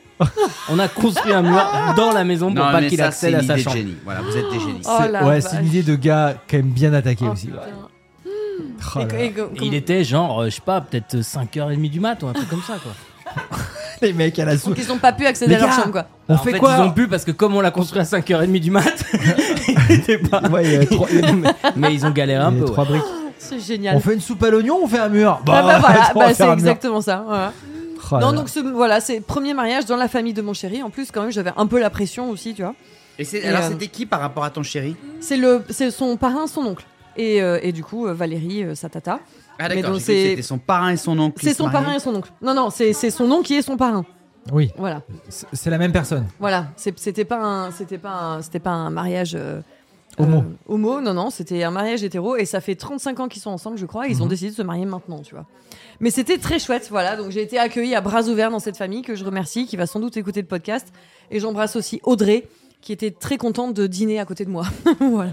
S5: on a construit un mur dans la maison pour
S2: Non,
S5: pas
S2: mais
S5: qu'il
S2: ça, c'est
S5: accède à
S2: une
S5: sa
S2: idée de
S5: chambre.
S2: génie. Voilà, vous êtes des génies.
S1: Oh
S3: C'est-
S1: la
S3: ouais, c'est
S1: vache.
S3: une idée de gars quand même bien attaqué aussi.
S1: Oh,
S3: ouais.
S1: putain.
S3: Oh
S1: Et
S3: là
S1: que-
S3: là.
S1: et que-
S5: Et
S1: comment-
S5: il était genre, euh, je sais pas, peut-être 5h30 du mat ou un truc comme ça quoi.
S3: Les mecs à la sou-
S1: Donc ils ont pas pu accéder
S3: Les
S1: à leur
S3: gars,
S1: chambre quoi.
S3: On
S5: En
S3: fait,
S5: fait,
S3: quoi
S5: Ils ont pu parce que comme on l'a construit à 5h30 du mat, ils étaient pas.
S3: Ouais, il y a trois- il y a- il y a
S5: Mais ils ont galéré un peu.
S3: trois
S5: ouais.
S3: briques.
S1: C'est
S3: On
S1: génial.
S3: fait une soupe à l'oignon, on fait un mur.
S1: Ah bah voilà,
S3: on
S1: bah,
S3: va faire
S1: c'est
S3: un mur.
S1: exactement ça. voilà.
S3: Oh là
S1: Non,
S3: là.
S1: donc ce, voilà, c'est premier mariage dans la famille de mon chéri. En plus, quand même, j'avais un peu la pression aussi, tu vois.
S2: Et c'est-
S1: Et,
S2: alors,
S1: euh,
S2: c'était qui par rapport à ton chéri
S1: C'est le, c'est son parrain, son oncle. Et, euh, et du coup, euh, Valérie, euh, sa tata.
S2: Ah,
S1: mais
S2: d'accord,
S1: donc
S2: j'ai cru que
S1: c'est-
S2: c'était son parrain et son oncle. qui
S1: C'est
S2: se
S1: son
S2: mariaient.
S1: parrain et son oncle. Non, non, c'est c'est son oncle qui est son parrain.
S3: Oui,
S1: Voilà,
S3: c'est c'est la même personne.
S1: voilà. C'est- C'était pas un, c'était pas un, c'était pas un mariage euh,
S3: Homo.
S1: euh, homo, non, non. C'était un mariage hétéro et ça fait 35 ans qu'ils sont ensemble, je crois. Et ils
S3: Mhm.
S1: ont décidé de se marier maintenant, tu vois. Mais c'était très chouette, voilà. Donc j'ai été accueillie à bras ouverts dans cette famille que je remercie, qui va sans doute écouter le podcast. Et j'embrasse aussi Audrey, qui était très contente de dîner à côté de moi, voilà,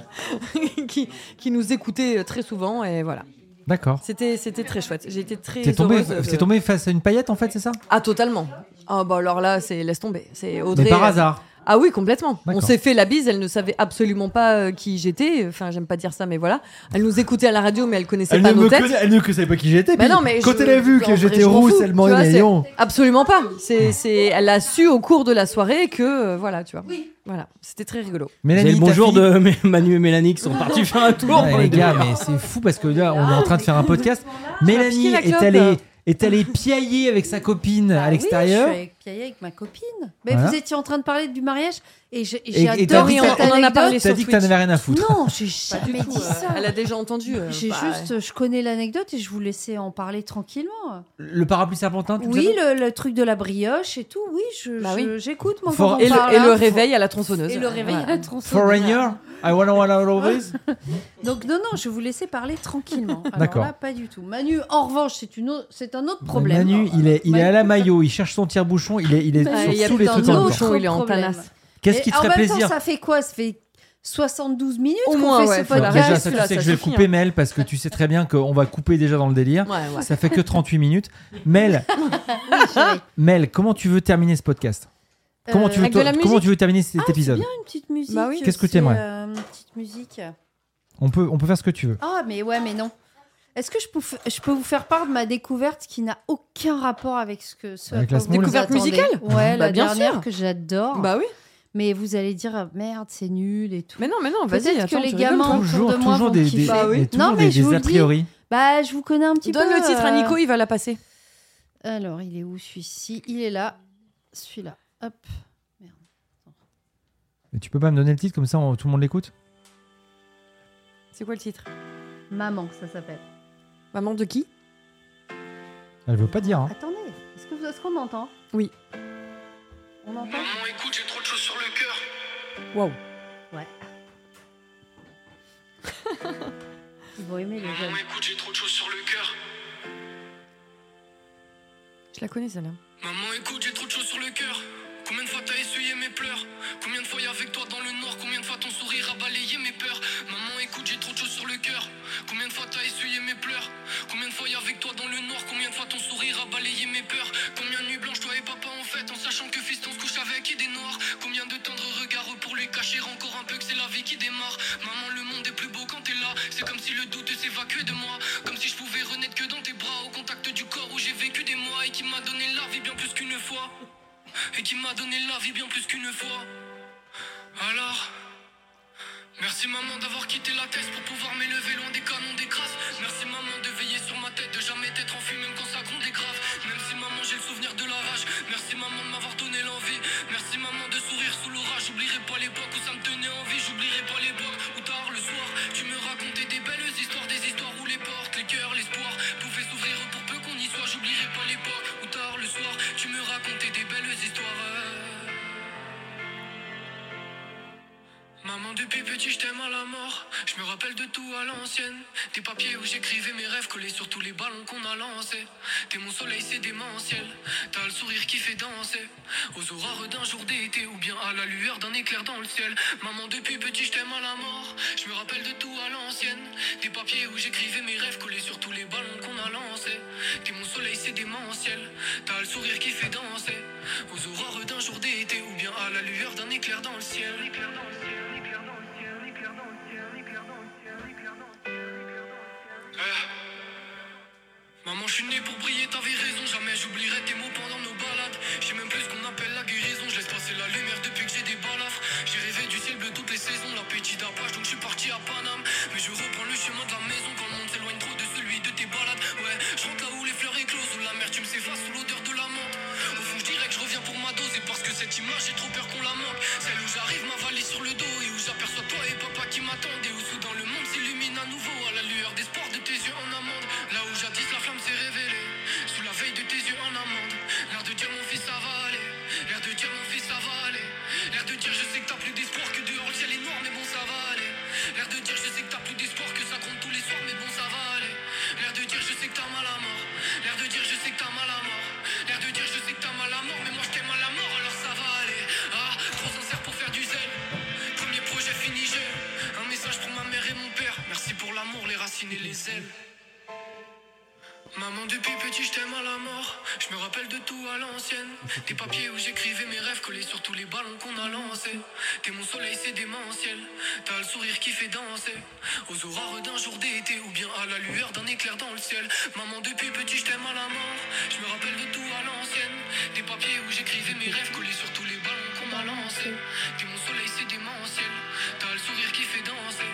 S1: qui, qui nous écoutait euh, très souvent et voilà.
S3: D'accord.
S1: C'était c'était très chouette. J'ai été très
S3: T'es tombé,
S1: heureuse. de-
S3: t'es tombé face à une paillette en fait, c'est ça
S1: Ah totalement. Ah bah alors là, c'est laisse tomber. C'est Audrey.
S3: Mais par
S1: euh,
S3: hasard.
S1: Ah oui, complètement. On
S3: D'accord.
S1: s'est fait la bise. Elle ne savait absolument pas euh, qui j'étais. Enfin, j'aime pas dire ça, mais voilà. Elle nous écoutait à la radio, mais elle connaissait pas nos têtes.
S3: elle ne savait pas qui j'étais.
S1: Mais
S3: puis
S1: non, mais
S3: quand
S1: je-
S3: elle a vu
S1: en
S3: que
S1: vrai,
S3: j'étais
S1: je m'en
S3: rousse,
S1: fous,
S3: elle
S1: tu
S3: m'a hein.
S1: vois, c'est-
S3: lion.
S1: Absolument pas. C'est, c'est, elle a su au cours de la soirée que, euh, voilà, tu vois. Voilà, c'était très rigolo.
S5: J'ai
S3: Mélanie,
S5: le
S3: ta
S5: bonjour
S3: fille-
S5: de M- Manu et Mélanie qui sont partis faire un tour.
S3: Ouais,
S5: pour
S3: les
S5: les
S3: gars, mais c'est fou parce que là,
S1: Ah,
S3: on est en train de faire un podcast.
S1: piqué
S3: Mélanie
S1: la
S3: est
S1: clope. Ah
S3: allée, est allée piailler avec sa copine à l'extérieur.
S4: Oui, je suis avec, Piaillet, avec ma copine. Mais
S3: Voilà.
S4: vous étiez en train de parler du mariage et j'ai et
S3: Et-
S4: j'ai
S3: et t'as dit
S4: adoré.
S3: que
S4: cette
S1: t'as- on en a
S4: anecdote.
S1: parlé.
S3: T'as dit que t'en avais rien à foutre.
S4: Non, j'ai jamais dit
S1: Euh,
S4: Ah, ça.
S1: elle a déjà entendu. euh,
S4: J'ai
S1: bah,
S4: juste, je connais l'anecdote et je vous laissais en parler tranquillement.
S3: Le parapluie serpentin, tu le
S4: Oui,
S3: savais
S4: le, le truc de la brioche et tout. Oui, je-
S1: Bah
S4: je-
S1: oui.
S4: j'écoute. moi,
S3: For-
S4: quand on
S1: Et le,
S4: parle,
S1: et le
S4: hein.
S1: réveil à la tronçonneuse.
S4: Et le réveil
S1: Voilà.
S4: à la tronçonneuse.
S3: Foreigner, I wanna wanna always.
S4: Donc non, non, je vous laissais parler tranquillement. Alors
S3: D'accord.
S4: là, pas du tout. Manu, en revanche, c'est une au- c'est un autre problème.
S3: Manu, il est, il est
S4: Manu-
S3: à la maillot, il cherche son tire-bouchon, il est, il est
S4: Ah,
S1: Bah, il y
S3: sur
S1: a
S3: tous les
S1: plein Ah,
S3: trucs
S1: de
S3: en même
S1: autres.
S3: temps.
S1: bouchon, il est en
S4: problème.
S1: tanasse.
S3: Qu'est-ce qui
S4: Et
S3: te
S1: bah,
S3: ferait
S4: En même
S3: plaisir
S4: temps, ça fait quoi Ça fait 72 minutes
S1: Au
S4: qu'on
S1: moins,
S4: fait
S1: ouais,
S4: ce
S1: faut la
S3: Alors Bah,
S4: podcast.
S3: Déjà,
S1: rage,
S3: ça, tu
S1: celui-là,
S3: sais
S1: ça
S3: que je vais le
S1: suffit, hein.
S3: couper, Mel, parce que tu sais très bien qu'on va couper déjà dans le délire.
S1: Ouais, ouais.
S3: Ça fait que 38 minutes. Mel, Mel, comment tu veux terminer ce podcast Comment,
S4: Euh, ah,
S3: tu veux,
S1: avec de la
S3: toi- comment
S1: musique Ah,
S3: tu veux terminer cet épisode
S4: Une petite musique.
S1: Bah oui.
S3: Qu'est-ce que
S4: c'est,
S3: t'aimerais
S4: euh, Une petite musique.
S3: on peut, on peut faire ce que tu veux.
S4: Ah, mais ouais, mais non. Est-ce que je peux, f- je peux vous faire part de ma découverte qui n'a aucun rapport avec ce que ce à
S3: Avec la
S4: quoi vous
S3: smoule
S4: vous
S1: Découverte
S4: attendez
S1: musicale
S4: Ouais,
S1: Bah,
S4: la
S1: bien
S4: dernière
S1: sûr.
S4: que j'adore.
S1: Bah oui.
S4: mais vous allez dire ah, merde, c'est nul et tout.
S1: Mais non, mais non, vas-y,
S4: Peut-être
S1: attends,
S4: que les
S1: tu rigoles,
S4: gamins
S1: toi.
S4: autour de moi vont
S3: toujours des, des-
S4: kiffer.
S1: Bah oui.
S3: mais toujours
S4: Non, mais
S3: des-
S4: je vous
S3: des a
S4: le dis.
S3: priori.
S4: Bah, je vous connais un petit
S1: Donne
S4: peu.
S1: le titre à
S4: euh,
S1: Nico, il va la passer.
S4: Alors, il est où celui-ci Il est là. Celui-là. Hop.
S3: Mais tu peux pas me donner le titre comme ça, on- tout le monde l'écoute
S1: C'est quoi le titre
S4: Maman, ça s'appelle.
S1: Maman de qui
S3: Elle veut pas dire. hein.
S4: Attendez, est-ce que vous- est-ce qu'on entend
S1: Oui.
S4: On entend
S7: Maman, écoute, j'ai trop de choses sur le cœur.
S1: Waouh.
S4: Ouais. Ils vont aimer les jeunes.
S7: Maman, écoute, j'ai trop de choses sur le cœur.
S1: Je la connais celle-là.
S7: Maman, écoute, j'ai trop de choses sur le cœur. Combien de fois t'as essuyé mes pleurs Combien de fois y a avec toi dans le noir Combien de fois ton sourire a balayé mes peurs Maman, écoute, j'ai trop de choses sur le cœur. Combien de fois t'as essuyé mes pleurs Combien de fois y a avec toi dans le noir Combien de fois ton sourire a balayé mes peurs Combien de nuits blanches toi et papa en fête En sachant que fiston se couche avec et des noirs Combien de tendres regards pour lui cacher encore un peu que c'est la vie qui démarre Maman, le monde est plus beau quand t'es là. C'est comme si le doute s'évacuait de moi. Comme si je pouvais renaître que dans tes bras, au contact du corps où j'ai vécu des mois et qui m'a donné la vie bien plus qu'une fois. Et qui m'a donné la vie bien plus qu'une fois. Alors. Merci maman d'avoir quitté la thèse pour pouvoir m'élever loin des canons des crasses. Merci maman de veiller sur ma tête, de jamais être en fuite même quand ça gronde est grave. Même si maman j'ai le souvenir de la rage. Merci maman de m'avoir donné l'envie. Merci maman de sourire sous l'orage. J'oublierai pas l'époque où ça me tenait en vie. J'oublierai pas l'époque où tard le soir tu me racontais des belles histoires, des histoires où les portes, les cœurs, l'espoir pouvaient s'ouvrir pour peu qu'on y soit. J'oublierai pas l'époque où tard le soir tu me racontais des belles histoires. euh. Maman, depuis petit, je t'aime à la mort. Je me rappelle de tout à l'ancienne. Des papiers où j'écrivais mes rêves collés sur tous les ballons qu'on a lancés. T'es mon soleil, c'est démentiel. T'as le sourire qui fait danser. Aux aurores d'un jour d'été ou bien à la lueur d'un éclair dans le ciel. Maman, depuis petit, je t'aime à la mort. Je me rappelle de tout à l'ancienne. Des papiers où j'écrivais mes rêves collés sur tous les ballons qu'on a lancés. T'es mon soleil, c'est démentiel. T'as le sourire qui fait danser. Aux aurores d'un jour d'été ou bien à la lueur d'un éclair dans le ciel. Ah. Maman, je suis né pour briller, t'avais raison. Jamais j'oublierai tes mots pendant nos balades. Je sais même plus ce qu'on appelle la guérison. Je laisse passer la lumière depuis que j'ai des balafres. J'ai rêvé du ciel bleu toutes les saisons. L'appétit d'apache, donc je suis parti à Paname. Mais je reprends le chemin de la maison quand le monde s'éloigne trop de celui de tes balades. Ouais, je rentre là où les fleurs éclosent, où la mer, tu me s'efface sous l'odeur de la menthe. Au fond, je dirais que je reviens pour ma dose. Et parce que cette image, j'ai trop peur qu'on la manque. Celle où j'arrive, ma vallée sur le dos. Et où j'aperçois toi et papa qui m'attendent. Et où soudain le monde s'illumine à nouveau. À la lueur d'espoir de tes yeux en amande. Là où jadis la flamme s'est révélée. Sous la veille de tes yeux en amande. L'air de dire mon fils, ça va aller. L'air de dire mon fils, ça va aller. L'air de dire je sais que t'as plus d'espoir que dehors le ciel est noir, mais bon, ça va aller. L'air de dire je sais que t'as plus d'espoir que ça compte tous les soirs, mais bon, ça va aller. L'air de dire je sais que t'as mal à mort. L'air de dire je sais que t'as mal à mort. L'air de dire je sais que t'as mal à mort, mais moi je t'aime à la mort, alors ça va aller. Ah, trop sincère pour faire du zèle. Premier projet fini, j'ai un message pour ma mère et mon père. Merci pour l'amour, les racines et les ailes. Maman, depuis petit, je t'aime à la mort. Je me rappelle de tout à l'ancienne. Des papiers où j'écrivais mes rêves collés sur tous les ballons qu'on a lancés. T'es mon soleil, c'est démentiel. T'as le sourire qui fait danser. Aux aurores d'un jour d'été ou bien à la lueur d'un éclair dans le ciel. Maman, depuis petit, je t'aime à la mort. Je me rappelle de tout à l'ancienne. Des papiers où j'écrivais mes rêves collés sur tous les ballons qu'on a lancés. T'es mon soleil, c'est démentiel. T'as le sourire qui fait danser.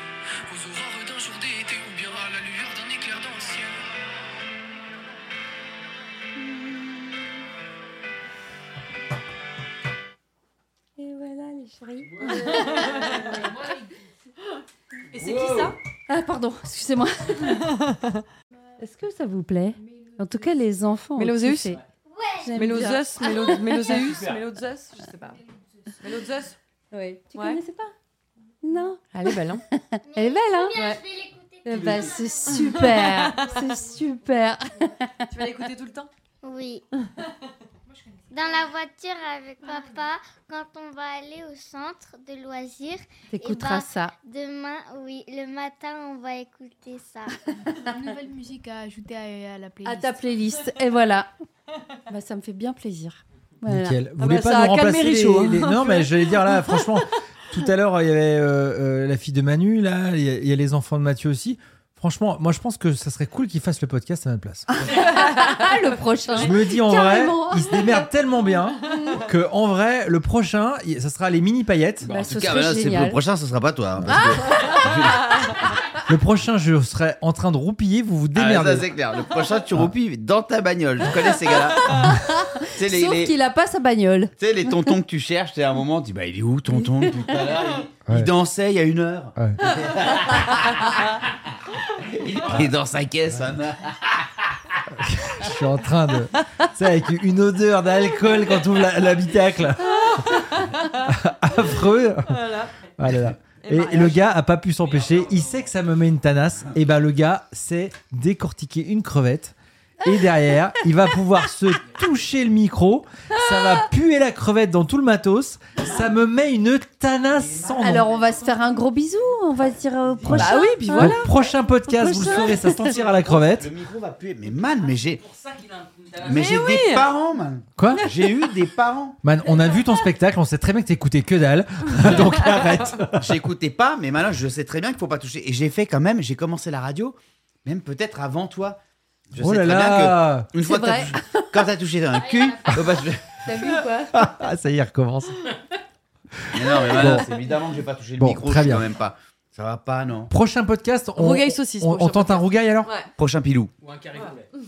S7: Aux aurores d'un jour d'été ou bien à la lueur d'un éclair dans le ciel.
S4: Et voilà les chéris.
S1: Et c'est qui ça
S4: Ah pardon, excusez-moi. Est-ce que ça vous plaît En tout cas, les enfants. ont
S1: Méloseus
S4: kiffé. J'aime bien.
S1: Méloseus, Mélo- Méloseus, Mélozeus, je sais pas. Mélozeus
S4: Ouais. Tu
S1: Ouais.
S4: connaissais pas Non.
S1: Elle est belle, hein
S4: Elle est belle, hein
S6: Bien, je vais l'écouter.
S4: Eh ben, c'est super, c'est super.
S1: Tu vas l'écouter tout le temps
S6: Oui. Dans la voiture avec papa, quand on va aller au centre de loisirs,
S4: T'écouteras
S6: ben,
S4: ça.
S6: demain, oui, le matin, on va écouter ça.
S8: Une nouvelle musique à ajouter à, à la
S4: à
S8: playlist.
S2: Ah,
S4: ta playlist. Et voilà. Bah, ça me fait bien plaisir. Voilà.
S3: Nickel. Vous
S1: Ah
S3: voulez
S1: bah,
S3: pas
S1: ça
S3: nous
S1: a calmé
S3: remplacer les-
S1: Richaud, hein.
S3: les- Non, mais j'allais dire là, franchement, tout à l'heure, il y avait euh, euh, la fille de Manu, là, il y, a- il y a les enfants de Mathieu aussi. Franchement, moi je pense que ça serait cool qu'il fasse le podcast à ma place.
S1: Ah
S4: Ah, le prochain.
S3: Je me dis en
S4: Carrément.
S3: vrai, il se démerde tellement bien que en vrai, le prochain, il- ça sera les mini paillettes.
S4: Bah,
S2: en
S4: ce
S2: tout cas,
S4: serait
S2: voilà, c'est-
S4: génial.
S2: le prochain, ce sera pas toi. hein, parce que-
S3: Le prochain, je serai en train de roupiller, vous vous
S2: Bah. Ah, mais
S3: démerdez.
S2: ça, c'est clair. Le prochain, tu roupilles dans ta bagnole. Je connais ces gars-là. tu sais, les,
S4: Sauf
S2: les-
S4: qu'il a pas sa bagnole.
S2: tu sais, les tontons que tu cherches, tu sais, à un moment, tu dis Bah, il est où, tonton Depuis tout à l'heure, il,
S3: Ouais.
S2: il dansait il y a une heure.
S3: Ouais.
S2: Il est dans sa caisse. hein.
S3: Je suis en train de. C'est avec une odeur d'alcool quand on ouvre la- l'habitacle. Affreux. Ah là là.
S1: Et
S3: Et,
S1: mariage.
S3: le gars a pas pu s'empêcher. Il sait que ça me met une tanasse. Et ben le gars sait décortiquer une crevette. Et derrière, il va pouvoir se toucher le micro. Ça va puer la crevette dans tout le matos. Ça me met une tanasse sans nom.
S4: Alors on va se faire un gros bisou, on va se dire au prochain.
S1: Bah oui, puis
S4: hein.
S1: voilà.
S3: Au prochain podcast, vous le saurez, ça sentira la crevette.
S2: Le micro va puer. Ah, Mais man, mais j'ai mais
S1: Mais
S2: j'ai
S1: oui.
S2: des parents, man.
S3: Quoi
S2: J'ai eu des parents.
S3: Man, on a vu ton spectacle, on sait très bien que t'écoutais que dalle. Donc arrête.
S2: J'écoutais pas, mais maintenant je sais très bien qu'il faut pas toucher. Et j'ai fait quand même, j'ai commencé la radio, même peut-être avant toi. Je
S3: Oh
S2: sais
S3: là
S2: très bien
S3: là
S2: que une fois que t'as
S4: vrai.
S2: touché- quand t'as touché dans un cul, faut pas toucher-
S4: T'as vu ou quoi
S3: Ah, ça y est, recommence.
S2: Mais non, mais voilà, c'est évidemment que j'ai pas touché le
S3: Bon,
S2: micro,
S3: très
S2: je suis
S3: bien.
S2: quand même pas. Ça va pas, non.
S3: Prochain podcast, on,
S1: Rougaille saucisse,
S3: on, on
S1: prochain
S3: tente un rougaille alors
S2: Prochain pilou.
S5: Ou un carré poulet.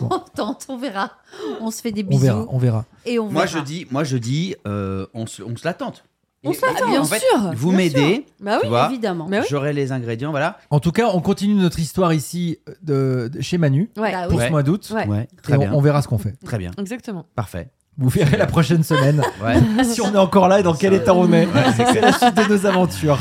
S4: On tente, on verra. On se fait des
S3: On verra,
S4: bisous
S3: on verra.
S4: et on
S2: Moi
S4: verra.
S2: je dis, moi je dis, euh, on se, on se la tente.
S4: On
S2: Et-
S4: se la
S2: en
S4: tente,
S2: fait,
S4: bien
S2: en fait,
S4: sûr,
S2: Vous
S4: bien
S2: m'aidez,
S1: Bah
S2: tu vois.
S4: Évidemment.
S1: Mais oui.
S2: J'aurai les ingrédients, voilà.
S3: En tout cas, on continue notre histoire ici euh, de, de- chez Manu
S1: Ouais,
S4: Bah oui.
S3: pour
S2: Ouais.
S3: ce mois d'août.
S1: Ouais.
S3: et
S2: très
S3: on-
S2: bien,
S3: on verra ce qu'on fait.
S2: très bien,
S1: exactement.
S2: parfait.
S3: Vous verrez la prochaine semaine
S2: Ouais.
S3: si on est encore là et dans quel état on est. C'est la suite de nos aventures.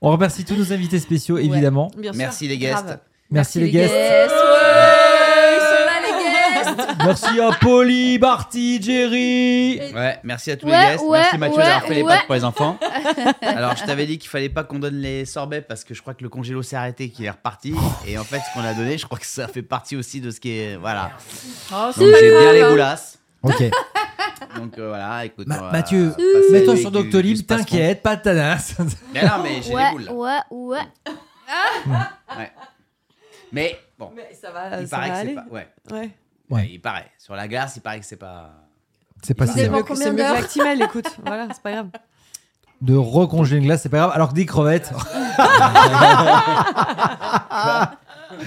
S3: on remercie tous nos invités spéciaux, évidemment.
S1: Bien sûr.
S2: Merci les guests.
S4: Grave.
S3: Merci, les guests.
S4: Yes, ouais, ils sont là, les guests.
S3: Merci à Polly, Barty, Jerry.
S2: Ouais, merci à tous
S4: Ouais,
S2: les guests.
S4: ouais,
S2: merci Mathieu
S4: ouais,
S2: d'avoir fait les
S4: ouais.
S2: pâtes pour les enfants. Alors, je t'avais dit qu'il fallait pas qu'on donne les sorbets parce que je crois que le congélo s'est arrêté, qu'il est reparti. Et en fait, ce qu'on a donné, je crois que ça fait partie aussi de ce qui est. Voilà.
S1: Oh,
S2: Donc, j'ai bien les boulasses.
S3: Ok.
S2: Donc, euh, voilà, écoute.
S3: Ma-
S2: on va
S3: Mathieu,
S2: passer
S3: mets-toi
S2: du-
S3: sur
S2: du- du
S3: Doctolib,
S2: spasmon.
S3: t'inquiète, pas de tanasse.
S2: Mais non, mais j'ai les
S6: Ouais,
S2: boules. là.
S6: ouais, ouais.
S2: Ouais. Mais bon,
S1: Mais ça va,
S4: Bah,
S2: il
S1: ça
S2: paraît
S1: va
S2: que c'est
S1: aller.
S2: pas. Ouais.
S1: Ouais.
S3: Ouais.
S2: il paraît. Sur la glace, il paraît que c'est pas.
S3: C'est pas si
S4: Vous
S1: C'est
S4: êtes
S3: grave.
S1: mieux,
S4: en
S1: que-
S4: combien
S1: c'est mieux que
S4: d'heures
S1: l'actimel, écoute. Voilà, c'est pas grave.
S3: De recongeler une glace, c'est pas grave. Alors que des crevettes.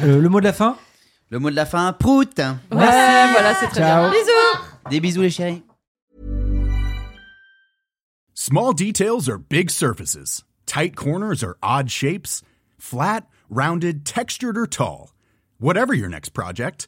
S3: Euh, le mot de la fin
S2: Le mot de la fin, prout.
S1: Ouais, voilà, c'est très
S3: Ciao.
S1: bien. Bisous.
S2: Des bisous, les chéris.
S9: Small details are big surfaces. Tight corners are odd shapes. Flat, rounded, textured, or tall. Whatever your next project,